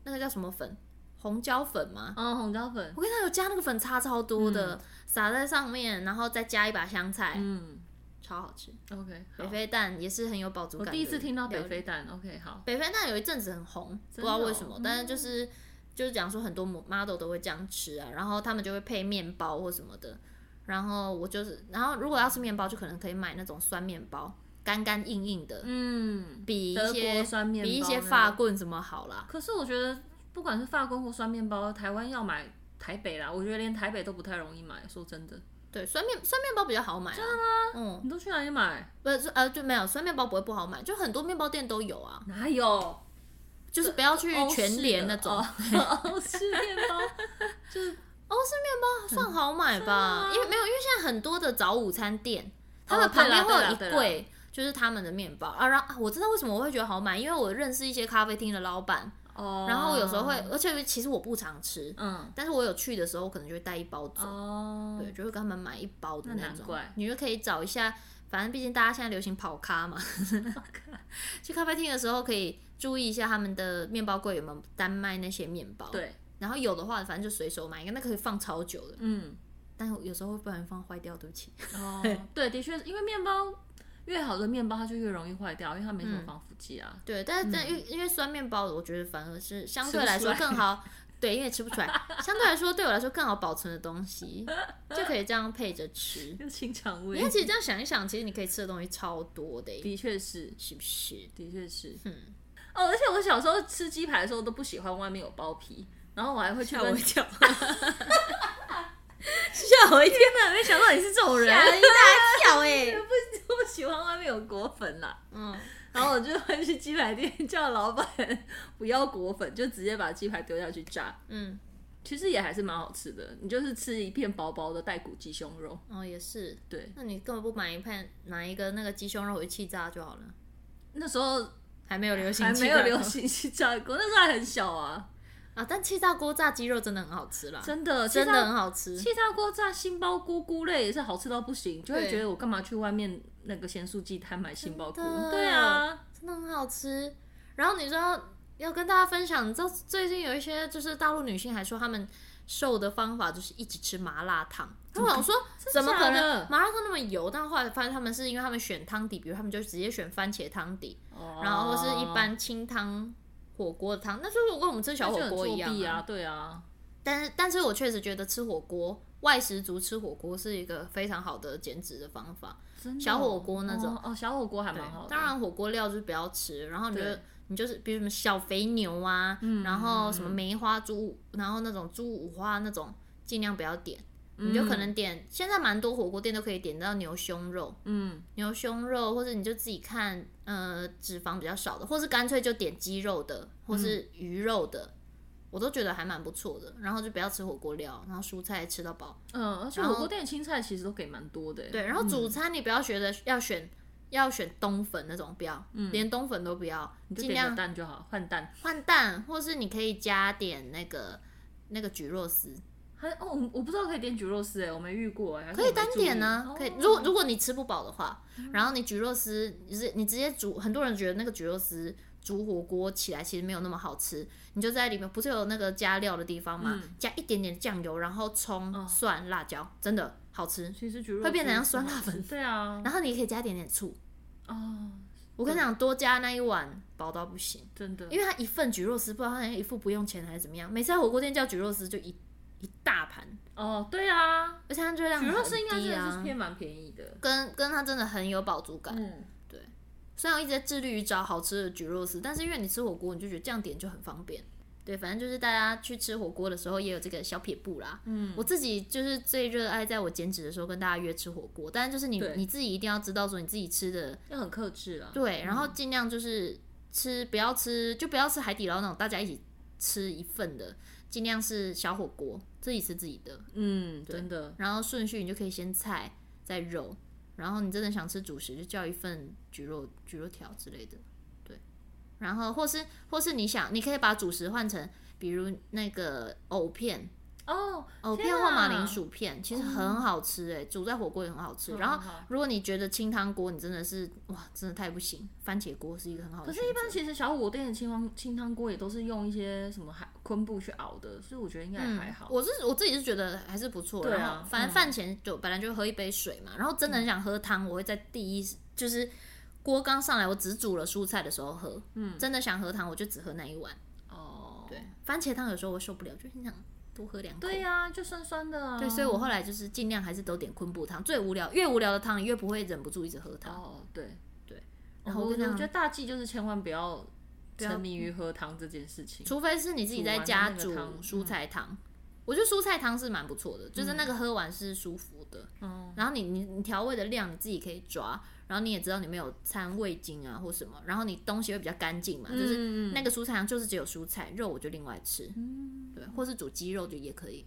Speaker 1: 那个叫什么粉，红椒粉吗？
Speaker 2: 嗯，红椒粉。
Speaker 1: 我跟他有加那个粉差超多的，撒在上面，然后再加一把香菜，
Speaker 2: 嗯
Speaker 1: 超好吃。
Speaker 2: ，OK，好
Speaker 1: 北。非蛋也是很有饱足
Speaker 2: 我
Speaker 1: 感。
Speaker 2: 第一次听到北，非蛋，OK，好，
Speaker 1: 北非蛋有一阵子很红，不
Speaker 2: 真的哦
Speaker 1: 知道为什么，
Speaker 2: 嗯
Speaker 1: 但是就是就是讲说很多 model 都会这样吃啊，然后他们就会配面包或什么的。然后我就是，然后如果要吃面包，就可能可以买那种酸面包，干干硬硬的，
Speaker 2: 嗯，
Speaker 1: 比一
Speaker 2: 德
Speaker 1: 些
Speaker 2: 国酸面包
Speaker 1: 比一些
Speaker 2: 那种
Speaker 1: 法棍什么好啦。
Speaker 2: 可是我觉得不管是法棍或酸面包，台湾要买台北啦，我觉得连台北都不太容易买。说真的，
Speaker 1: 对，酸面酸面包比较好买、啊。真的吗？嗯，
Speaker 2: 你都去哪里买？
Speaker 1: 不是呃，就没有酸面包不会不好买，就很多面包店都有啊。
Speaker 2: 哪有？
Speaker 1: 就是不要去全联那种，
Speaker 2: 欧
Speaker 1: 欧
Speaker 2: 式的 哦欧式面包，就是
Speaker 1: 式哦面包算好买
Speaker 2: 啊
Speaker 1: 吧，因为没有，因为现在很多的早午餐店，他们
Speaker 2: 对
Speaker 1: 旁
Speaker 2: 啦
Speaker 1: 边会有
Speaker 2: 哦对
Speaker 1: 一
Speaker 2: 啦对
Speaker 1: 柜就是他们的面包啊。然后啊我知道为什么我会觉得好买，因为我认识一些咖啡厅的老板，
Speaker 2: 哦，
Speaker 1: 然后有时候会，而且其实我不常吃，
Speaker 2: 嗯
Speaker 1: 但是我有去的时候，我可能就会带一包走，
Speaker 2: 哦，
Speaker 1: 对，就会跟他们买一包的
Speaker 2: 那
Speaker 1: 那
Speaker 2: 难
Speaker 1: 种。
Speaker 2: 怪
Speaker 1: 你就可以找一下，反正毕竟大家现在流行跑咖嘛， 去咖啡厅的时候可以注意一下他们的面包柜有没有单卖那些面包。，
Speaker 2: 对，
Speaker 1: 然后有的话，反正就随手买一个，那可以放超久的，
Speaker 2: 嗯，
Speaker 1: 但有时候会不然放坏掉，对不起。
Speaker 2: 哦，对，的确，因为面包越好的面包，它就越容易坏掉，因为它没
Speaker 1: 嗯
Speaker 2: 什么防腐剂啊。
Speaker 1: 对，但是但因为因为酸面包，我觉得反而 是相对
Speaker 2: 不
Speaker 1: 来
Speaker 2: 出
Speaker 1: 说
Speaker 2: 来
Speaker 1: 更好， 对，因为吃不出来，相对来说对我来说更好保存的东西，就可以这样配着 吃。
Speaker 2: 又清肠胃
Speaker 1: 因为，其实这样想一想，其实你可以吃的东西超多的耶，
Speaker 2: 的确是，
Speaker 1: 是不是？
Speaker 2: 的确是。
Speaker 1: 嗯，
Speaker 2: 哦，而且我小时候吃鸡排的时候都不喜欢外面有包皮，然后我还会去
Speaker 1: 吓
Speaker 2: 跟
Speaker 1: 我一 跳，
Speaker 2: 吓我一跳！没想到你是这种人，
Speaker 1: 吓一啊大跳哎。
Speaker 2: 不喜欢外面有裹粉啦。
Speaker 1: 嗯，
Speaker 2: 然后我就会去鸡排店叫老板不要裹粉，就直接把鸡排丢下去炸。
Speaker 1: 嗯，
Speaker 2: 其实也还是蛮好吃的，你就是吃一片薄薄的带骨鸡胸肉，
Speaker 1: 哦也是，
Speaker 2: 对，
Speaker 1: 那你根本不买一片买一个那个鸡胸肉回去气炸就好了，
Speaker 2: 那时候
Speaker 1: 还没有流行，
Speaker 2: 还没有流行去炸锅，那时候还很小啊，
Speaker 1: 啊，但气炸锅炸鸡肉真的很好吃啦，
Speaker 2: 真的
Speaker 1: 真的很
Speaker 2: 好。
Speaker 1: 好吃，
Speaker 2: 气炸锅炸杏鲍菇菇类也是好吃到不行，就会
Speaker 1: 对
Speaker 2: 觉得我干嘛去外面那个咸酥鸡摊买杏鲍菇
Speaker 1: 真？的
Speaker 2: 对啊，
Speaker 1: 真的很好吃。然后你知道要跟大家分享，你知道最近有一些就是大陆女性还说她们瘦的方法就是一直吃麻辣烫。然后我想说，怎么可
Speaker 2: 假的
Speaker 1: 能麻辣烫那么油？但后来发现他们是因为他们选汤底，比如他们就直接选番茄汤底，然
Speaker 2: 然
Speaker 1: 后或是一
Speaker 2: 哦
Speaker 1: 般清汤火锅的汤，那就是跟我们吃小火锅一样、
Speaker 2: 啊，对啊，
Speaker 1: 但是，但是我确实觉得吃火锅，外食族吃火锅是一个非常好的减脂的方法。
Speaker 2: 真的
Speaker 1: 小火锅那种
Speaker 2: 哦，哦小火锅还蛮好的。
Speaker 1: 当然，火锅料就是不要吃，然后你就
Speaker 2: 对嗯
Speaker 1: 你就是比如什么小肥牛啊，然后什么梅花猪，然后那种猪五花那种，尽量不要点。
Speaker 2: 嗯
Speaker 1: 你就可能点，现在蛮多火锅店都可以点到牛胸肉，
Speaker 2: 嗯，
Speaker 1: 牛胸肉，或者你就自己看，呃，脂肪比较少的，或是干脆就点鸡肉
Speaker 2: 嗯
Speaker 1: 的，或是鱼肉的，我都觉得还蛮不错的。然后就不要吃火锅料，然后蔬菜吃到饱。
Speaker 2: 嗯，而且火锅店的青菜其实都给蛮多的。欸嗯
Speaker 1: 对，然后主餐你不要学的，要选要选冬粉那种，不要，连冬粉都不要，
Speaker 2: 嗯就
Speaker 1: 尽
Speaker 2: 点
Speaker 1: 量
Speaker 2: 个蛋就好，换蛋。
Speaker 1: 换蛋，或是你可以加点那个那个菊若丝，
Speaker 2: 还哦，我我不知道可以点焗肉丝哎，我没遇过哎。可
Speaker 1: 可以单点呢、可以。如果如
Speaker 2: 果
Speaker 1: 果你吃不饱的话，
Speaker 2: 嗯
Speaker 1: 然后你菊肉丝，就是你直接煮，很多人觉得那个菊肉丝煮火锅起来其实没有那么好吃，你就在里面不是有那个加料的地方吗？
Speaker 2: 嗯
Speaker 1: 加一点点酱油，然后葱、
Speaker 2: 哦
Speaker 1: 蒜、辣椒，真的好吃。
Speaker 2: 其实焗肉
Speaker 1: 会变得
Speaker 2: 丝
Speaker 1: 像酸
Speaker 2: 很好
Speaker 1: 辣粉
Speaker 2: 吃对啊，
Speaker 1: 然后你也可以加一点点醋，
Speaker 2: 哦，
Speaker 1: 我跟你讲，多加那一碗薄到不行，
Speaker 2: 真的，
Speaker 1: 因为它一份菊肉丝，不知道它一副不用钱还是怎么样，每次在火锅店叫菊肉丝就一一大盘，
Speaker 2: 哦，对啊，
Speaker 1: 而且它热量
Speaker 2: 焗
Speaker 1: 很低啊，
Speaker 2: 肉丝应该真的是偏蛮便宜的。
Speaker 1: 跟跟它真的很有饱足感。
Speaker 2: 嗯，
Speaker 1: 虽然我一直在致力于找好吃的焗肉丝，但是因为你吃火锅，你就觉得这样点就很方便。对，反正就是大家去吃火锅的时候也有这个小撇步啦。嗯，我自己就是最热爱在我减脂的时候跟大家约吃火锅，但是就是你
Speaker 2: 对
Speaker 1: 你自己一定要知道说你自己吃的
Speaker 2: 要很克制啊。
Speaker 1: 对，然后尽量就是吃不要吃就不要吃海底捞那种大家一起吃一份的，尽量是小火锅自己吃自己的，
Speaker 2: 嗯，真的，
Speaker 1: 然后顺序你就可以先菜再肉，然后你真的想吃主食就叫一份焗肉焗肉条之类的，对。然后或是或是你想，你可以把主食换成比如那个藕片，
Speaker 2: 哦，
Speaker 1: 藕
Speaker 2: 天
Speaker 1: 片或马
Speaker 2: 啊嗯
Speaker 1: 铃薯片，其实很好吃诶、煮在火锅也很好吃。然
Speaker 2: 很
Speaker 1: 后
Speaker 2: 好
Speaker 1: 如果你觉得清汤锅你真的是哇，真的太不行，番茄锅是一个很好的
Speaker 2: 可
Speaker 1: 选
Speaker 2: 是，一
Speaker 1: 择。
Speaker 2: 般其实小火店的清汤清汤锅也都是用一些什么海昆布去熬的，所以我觉得应该也还好。
Speaker 1: 我是我自己是觉得还是不错，
Speaker 2: 对啊嗯
Speaker 1: 然后反正饭前就、本来就喝一杯水嘛，然后真的很想喝汤，我会在第一就是锅刚上来，我只煮了蔬菜的时候喝，嗯，真的想喝汤我就只喝那一碗，
Speaker 2: 哦，对
Speaker 1: 番茄汤有时候我受不了，就很想多喝两口，
Speaker 2: 对呀、就酸酸的啊。
Speaker 1: 对所以我后来就是尽量还是都点昆布汤，最无聊越无聊的汤你越不会忍不住一直喝汤，
Speaker 2: 哦，对对。
Speaker 1: 然
Speaker 2: 然
Speaker 1: 后
Speaker 2: 后
Speaker 1: 我
Speaker 2: 我
Speaker 1: 跟你
Speaker 2: 觉
Speaker 1: 讲
Speaker 2: 得大忌就是千万不要沉迷于喝汤这件事情。
Speaker 1: 除非是你自己在家
Speaker 2: 煮
Speaker 1: 煮
Speaker 2: 完的那个汤嗯
Speaker 1: 蔬菜汤。我觉得蔬菜汤是蛮不错的，就是那个喝完是舒服的，
Speaker 2: 嗯，
Speaker 1: 然后你你你调味的量你自己可以抓，然后你也知道你没有掺味精啊或什么，然后你东西会比较干净嘛，
Speaker 2: 嗯
Speaker 1: 就是那个蔬菜汤就是只有蔬菜，肉我就另外吃，
Speaker 2: 嗯啊
Speaker 1: 对，或是煮鸡肉就也可以，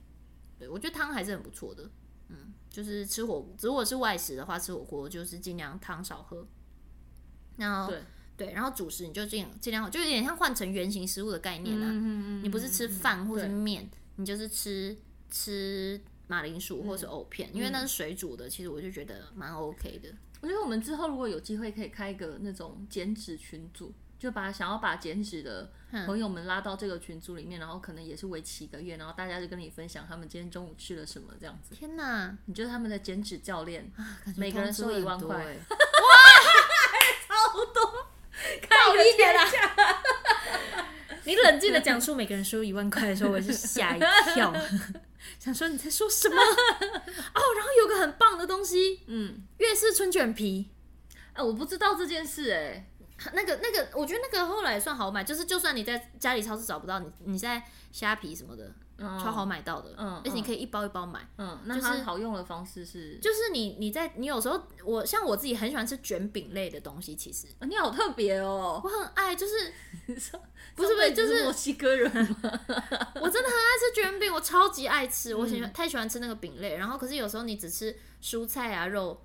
Speaker 1: 对我觉得汤还是很不错的，嗯，就是吃火如果是外食的话，吃火锅就是尽量汤少喝，然后
Speaker 2: 对
Speaker 1: 对，然后主食你就尽量尽量好，就有点像换成原型食物的概念啊。
Speaker 2: 嗯嗯嗯，
Speaker 1: 你不是吃饭或是
Speaker 2: 对
Speaker 1: 面，你就是吃吃马铃薯
Speaker 2: 嗯
Speaker 1: 或是藕片，因为那是水煮的，其实我就觉得蛮 OK 的。
Speaker 2: 我觉得我们之后如果有机会，可以开一个那种减脂群组，就把想要把减脂的
Speaker 1: 嗯
Speaker 2: 朋友们拉到这个群组里面，然后可能也是为期一个月，然后大家就跟你分享他们今天中午吃了什么这样子。
Speaker 1: 天哪，啊
Speaker 2: 你就是他们的减脂教练，
Speaker 1: 感觉
Speaker 2: 每个人
Speaker 1: 通知
Speaker 2: 收
Speaker 1: 很
Speaker 2: 一万
Speaker 1: 多
Speaker 2: 块
Speaker 1: 欸
Speaker 2: 看
Speaker 1: 一点啦。你冷静的讲出每个人收一万块的时候，我是吓一 跳，想说你在说什么？哦，然后有个很棒的东西，
Speaker 2: 嗯，
Speaker 1: 粤式春卷皮。
Speaker 2: 哎、我不知道这件事、哎，
Speaker 1: 那个那个，我觉得那个后来算好买，就是就算你在家里超市找不到，你你在虾皮什么的、
Speaker 2: 嗯
Speaker 1: 超好买到的，
Speaker 2: 嗯
Speaker 1: 而且你
Speaker 2: 嗯
Speaker 1: 可以一包一包买。
Speaker 2: 嗯，那
Speaker 1: 就是
Speaker 2: 它好用的方式是，
Speaker 1: 就是你你在你有时候我像我自己很喜欢吃卷饼类的东西，其实
Speaker 2: 啊你好特别哦
Speaker 1: 我，很爱，就是
Speaker 2: 不
Speaker 1: 是不是就是
Speaker 2: 墨西哥人吗？
Speaker 1: 我真的很爱吃卷饼，我超级爱吃，我
Speaker 2: 嗯
Speaker 1: 喜欢、太喜欢吃那个饼类。然后可是有时候你只吃蔬菜啊肉，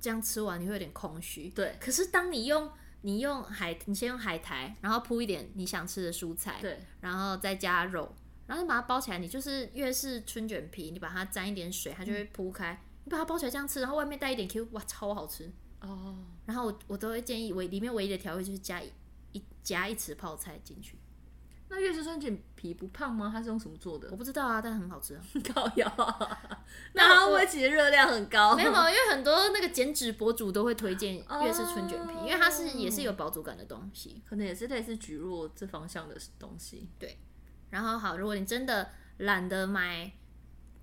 Speaker 1: 这样吃完你会有点空虚。
Speaker 2: 对
Speaker 1: 可是当你用你用海，你先用海苔，然后铺一点你想吃的蔬菜，
Speaker 2: 对，
Speaker 1: 然后再加肉，然后你把它包起来，你就是越是春卷皮，你把它沾一点水，它就
Speaker 2: 嗯
Speaker 1: 会铺开。你把它包起来这样吃，然后外面带一点 Q，哇，超好吃。
Speaker 2: 哦，
Speaker 1: 然后我我都会建议唯里面唯一的调味就是加一一加一匙泡菜进去，
Speaker 2: 那月之春卷皮不胖吗？它是用什么做的
Speaker 1: 我？不知道啊，但很好吃啊。
Speaker 2: 高腰啊，
Speaker 1: 那
Speaker 2: 那它会不
Speaker 1: 我
Speaker 2: 会其实热量很高？
Speaker 1: 没有，因为很多那个减脂博主都会推荐越式春卷皮，
Speaker 2: 哦
Speaker 1: 因为它是也是有饱足感的东西。
Speaker 2: 可能也是类似菊若这方向的东西。
Speaker 1: 然后好，如果你真的懒得买，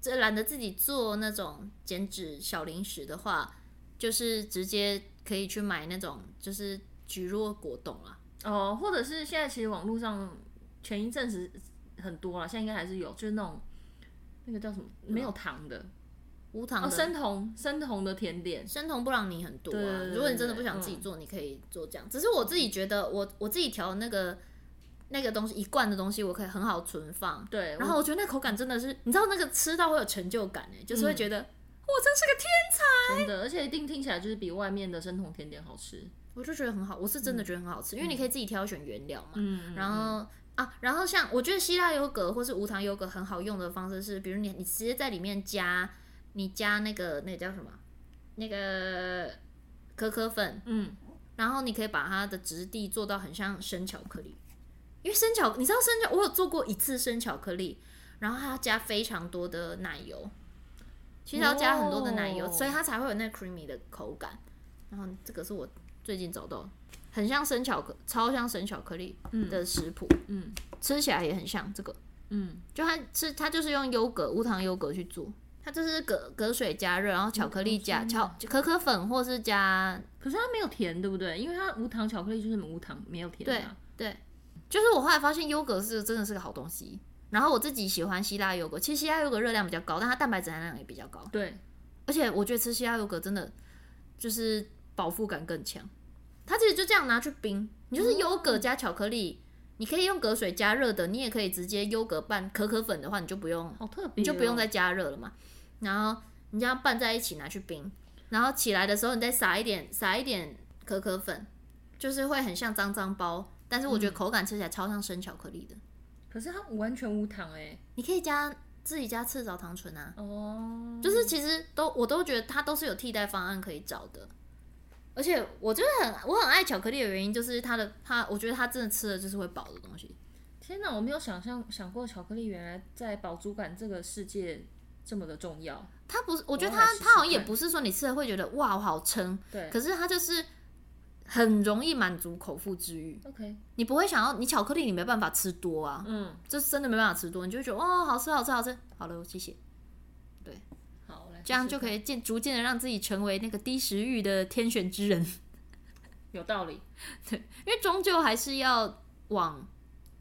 Speaker 1: 这懒得自己做那种减脂小零食的话，就是直接可以去买那种就是菊若果冻啊啦。
Speaker 2: 哦，或者是现在其实网络上前一阵子很多了，现在应该还是有，就是那种那个叫什么没有糖的
Speaker 1: 无糖
Speaker 2: 哦，
Speaker 1: 的、
Speaker 2: 生酮生酮的甜点。
Speaker 1: 生酮布朗尼很多
Speaker 2: 对对
Speaker 1: 啊
Speaker 2: 对。对嗯
Speaker 1: 如果你真的不想自己做，你可以做这样。只是我自己觉得我，我自己调的那个那个东西一罐的东西，我可以很好存放。
Speaker 2: 对，
Speaker 1: 然后我觉得那口感真的是，你知道那个吃到会有成就感哎，就是会觉得、我真是个天，
Speaker 2: 我真的，而且一定听起来就是比外面的生酮甜点好吃。
Speaker 1: 我就觉得很好，我是真的觉得很好吃，因为你可以自己挑选原料嘛。
Speaker 2: 嗯
Speaker 1: 然后啊，然后像我觉得希腊优格或是无糖优格很好用的方式是，比如你你直接在里面加你加那个那个叫什么那个可可粉，
Speaker 2: 嗯，
Speaker 1: 然后你可以把它的质地做到很像生巧克力，因为生巧，你知道生巧，我有做过一次生巧克力，然后它要加非常多的奶油，其实要加很多的奶油，
Speaker 2: 哦
Speaker 1: 所以它才会有那 creamy 的口感。然后这个是我最近找到的，很像生巧克，超像生巧克力的食谱，
Speaker 2: 嗯
Speaker 1: 吃起来也很像这个。
Speaker 2: 嗯
Speaker 1: 就它吃，它就是用优格无糖优格去做，它就是隔隔水加热，然后巧克力
Speaker 2: 嗯
Speaker 1: 加巧可可粉或是加
Speaker 2: 可是它没有甜，对不对？因为它无糖巧克力就是无糖，没有甜、
Speaker 1: 对
Speaker 2: 啊。
Speaker 1: 对，就是我后来发现优格是真的是个好东西。然后我自己喜欢希腊优格，其实希腊优格热量比较高，但它蛋白质含量也比较高，
Speaker 2: 对
Speaker 1: 而且我觉得吃希腊优格真的就是饱腹感更强。它其实就这样拿去冰，你就是优
Speaker 2: 哦
Speaker 1: 格加巧克力，你可以用隔水加热的，你也可以直接优格拌可可粉的话，你就不用
Speaker 2: 好特别哦、
Speaker 1: 你就不用再加热了嘛。然后你这样拌在一起拿去冰，然后起来的时候你再撒一点撒一点可可粉，就是会很像脏脏包，但是我
Speaker 2: 嗯
Speaker 1: 觉得口感吃起来超像生巧克力的。
Speaker 2: 可是它完全无糖哎、
Speaker 1: 你可以加自己加赤藻糖醇啊，
Speaker 2: 哦，
Speaker 1: 就是其实都我都觉得它都是有替代方案可以找的。而且我觉得很我很爱巧克力的原因就是它的它，我觉得它真的吃了就是会饱的东西。
Speaker 2: 天哪，我没有想象想过巧克力原来在饱足感这个世界这么的重要。
Speaker 1: 它不是，我觉得
Speaker 2: 我要
Speaker 1: 它
Speaker 2: 来试
Speaker 1: 它好像
Speaker 2: 试
Speaker 1: 也
Speaker 2: 看
Speaker 1: 不是说你吃了会觉得哇我好撑，
Speaker 2: 对
Speaker 1: 可是它就是很容易满足口腹之欲，
Speaker 2: ，OK，
Speaker 1: 你不会想要你巧克力你没办法吃多啊，
Speaker 2: 嗯，
Speaker 1: 就真的没办法吃多，你就会觉得哦好吃好吃好吃，好了谢谢，
Speaker 2: 好，我来
Speaker 1: 这样就可
Speaker 2: 以
Speaker 1: 以渐逐渐的让自己成为那个低食欲的天选之人，
Speaker 2: 有道理。
Speaker 1: 因为终究还是要往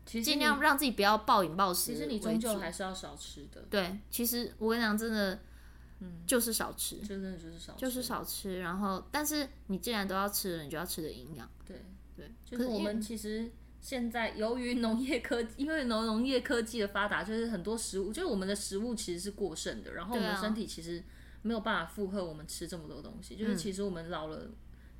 Speaker 2: 其实
Speaker 1: 尽
Speaker 2: 你
Speaker 1: 量让自己不要暴饮暴食
Speaker 2: 嗯其
Speaker 1: 为主。
Speaker 2: 实你终究还是要少吃的，
Speaker 1: 对，其实我跟你讲真的，
Speaker 2: 嗯
Speaker 1: 就是少吃，
Speaker 2: 就真的就是少吃，
Speaker 1: 就是少吃，然后但是你既然都要吃了，你就要吃的营养。
Speaker 2: 对
Speaker 1: 对，
Speaker 2: 就是我们其实现在由于农业科，因为农农业科技的发达，就是很多食物，就是我们的食物其实是过剩的，然后我
Speaker 1: 对啊嗯
Speaker 2: 们身体其实没有办法负荷我们吃这么多东西，就是其实我们老了。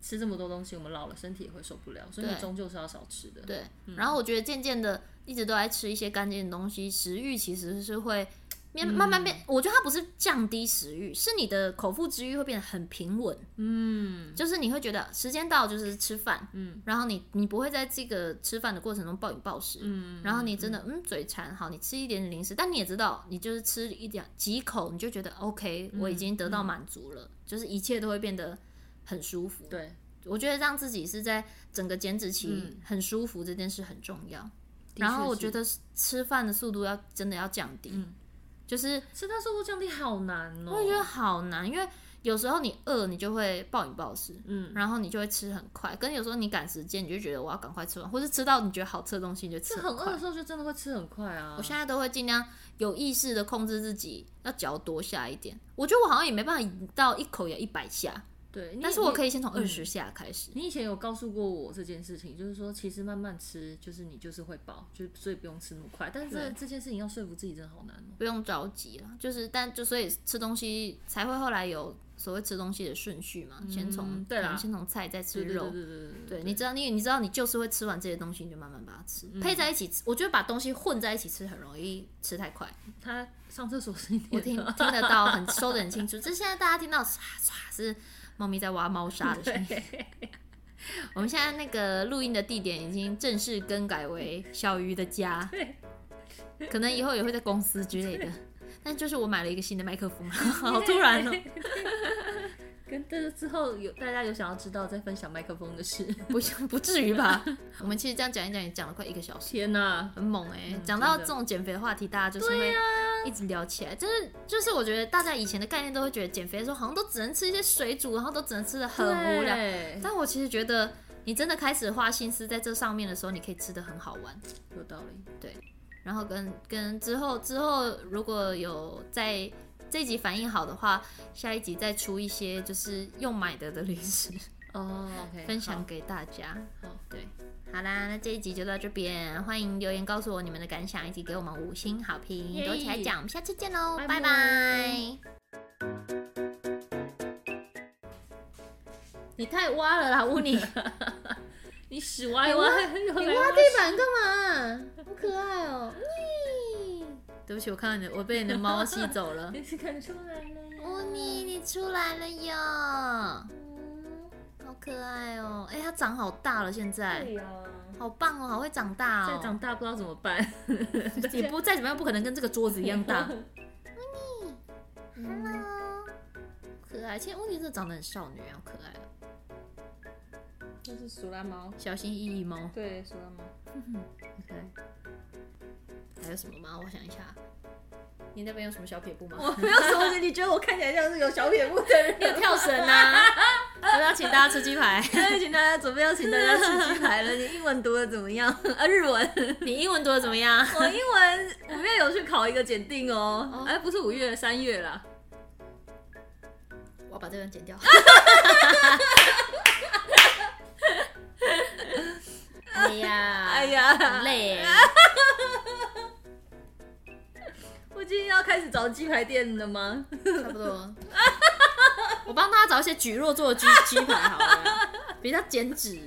Speaker 2: 吃这么多东西，我们老了身体也会受不了，所以你终究是要少吃的。
Speaker 1: 对，然后我觉得渐渐的一直都在吃一些干净的东西，食欲其实是会变
Speaker 2: 嗯
Speaker 1: 慢慢变。我觉得它不是降低食欲，是你的口腹之欲会变得很平稳。嗯，就是你会觉得时间到就是吃饭，嗯，然后你你不会在这个吃饭的过程中暴饮暴食，嗯，然后你真的嗯嘴馋，好，你吃一点点零食，但你也知道，你就是吃一点几口，你就觉得 OK，我
Speaker 2: 嗯
Speaker 1: 已经得到满足了，就是一切都会变得很舒服。
Speaker 2: 对，
Speaker 1: 我觉得让自己是在整个减脂期很舒服这件事很重要。
Speaker 2: 嗯的
Speaker 1: 然后
Speaker 2: 确
Speaker 1: 我
Speaker 2: 是
Speaker 1: 觉得吃饭的速度要真的要降低，
Speaker 2: 嗯
Speaker 1: 就是
Speaker 2: 吃它速度降低好难哦、
Speaker 1: 我觉得好难，因为有时候你饿你就会暴饮暴食，
Speaker 2: 嗯，
Speaker 1: 然后你就会吃很快，跟有时候你赶时间你就觉得我要赶快吃完，或是吃到你觉得好吃的东西你就吃
Speaker 2: 是很
Speaker 1: 快
Speaker 2: 饿的时候就真的会吃很快啊。
Speaker 1: 我现在都会尽量有意识的控制自己，要嚼多下一点。我觉得我好像也没办法到一口咬一百下，
Speaker 2: 对，你
Speaker 1: 但是我可
Speaker 2: 以。
Speaker 1: 以先从二十下开始。
Speaker 2: 你以前有告诉过我这件事情，就是说，其实慢慢吃，就是你就是会饱，就所以不用吃那么快。但是这
Speaker 1: 对
Speaker 2: 这件事情要说服自己真的好难哦、
Speaker 1: 不用着急了，就是但就所以吃东西才会后来有所谓吃东西的顺序嘛，先从
Speaker 2: 嗯对
Speaker 1: 可
Speaker 2: 啦
Speaker 1: 能先从菜再吃
Speaker 2: 对对
Speaker 1: 肉，
Speaker 2: 对对对对
Speaker 1: 对你知道你你知道你就是会吃完这些东西，你就慢慢把它
Speaker 2: 嗯
Speaker 1: 吃、配在一起吃。我觉得把东西混在一起吃很容易吃太 快，
Speaker 2: 他上厕所是一
Speaker 1: 我
Speaker 2: 点
Speaker 1: 听听得到很收的很清楚。这现在大家听到唰唰是猫咪在挖猫砂的声音。我们现在那个录音的地点已经正式更改为小鱼的 家，可能以后也会在公司之类的。但就是我买了一个新的麦克风， 好突然哦、
Speaker 2: 跟这之后有大家有想要知道再分享麦克风的事。
Speaker 1: 不不至于吧？我们其实这样讲一讲，也讲了快一个小时。
Speaker 2: 天哪、
Speaker 1: 很猛哎、
Speaker 2: 嗯
Speaker 1: 讲到
Speaker 2: 真的
Speaker 1: 这种减肥的话题，大家就是会一直聊起来。就是就是，我觉得大家以前的概念都会觉得减肥的时候好像都只能吃一些水煮，然后都只能吃的很无聊。
Speaker 2: 聊，
Speaker 1: 但我其实觉得，你真的开始花心思在这上面的时候，你可以吃的很好玩。
Speaker 2: 有道理。
Speaker 1: 然后跟跟之后之后如果有在这一集反应好的话，下一集再出一些就是用买的的零食
Speaker 2: 哦，OK，
Speaker 1: 分享给大家。
Speaker 2: 好好
Speaker 1: 对，好啦，那这一集就到这边，欢迎留言告诉我你们的感想，以及给我们五星好评，
Speaker 2: 耶
Speaker 1: 躲起来讲，我们下次见喽，
Speaker 2: 拜
Speaker 1: 拜
Speaker 2: 拜
Speaker 1: 拜。你太挖了 啦，污泥！你
Speaker 2: 你屎歪
Speaker 1: 挖
Speaker 2: 歪，你
Speaker 1: 挖地板干嘛？好可爱 哦、你对不起，我看到你的，我被你的猫吸走 了。
Speaker 2: 你是看出来了呀
Speaker 1: 污泥，你出来了哟！好可爱哦、哎、它长好大了，现在
Speaker 2: 对呀、
Speaker 1: 好棒哦、好会长大哦、
Speaker 2: 再长大不知道怎么办。
Speaker 1: 也不再怎么样，不可能跟这个桌子一样 大。Hello，可爱，现在乌尼真的长得很少女啊，好可爱啊！
Speaker 2: 这是鼠拉猫，
Speaker 1: 小心翼翼猫，
Speaker 2: 对，鼠拉猫。
Speaker 1: 很可爱。还有什么吗？我想一下，你 那边有什么小撇步吗？
Speaker 2: 没有什么，你觉得我看起来像是有小撇步的 人？
Speaker 1: 你有跳绳 啊！我要请大家吃鸡 排。
Speaker 2: 请大家准备要请大家吃鸡排了。你英文读的怎么样？啊，日文。
Speaker 1: 你英文读的怎么样？
Speaker 2: 我英文五月有去考一个检定
Speaker 1: 哦
Speaker 2: 哦，哎、不是五月，三月啦。
Speaker 1: 我要把这段剪掉。 哎呀，
Speaker 2: 哎，呀
Speaker 1: 很，累 耶。
Speaker 2: 我今天要开始找鸡排店了吗？
Speaker 1: 差不多。 我帮大家找一些举弱做的鸡鸡排好了，比较减脂。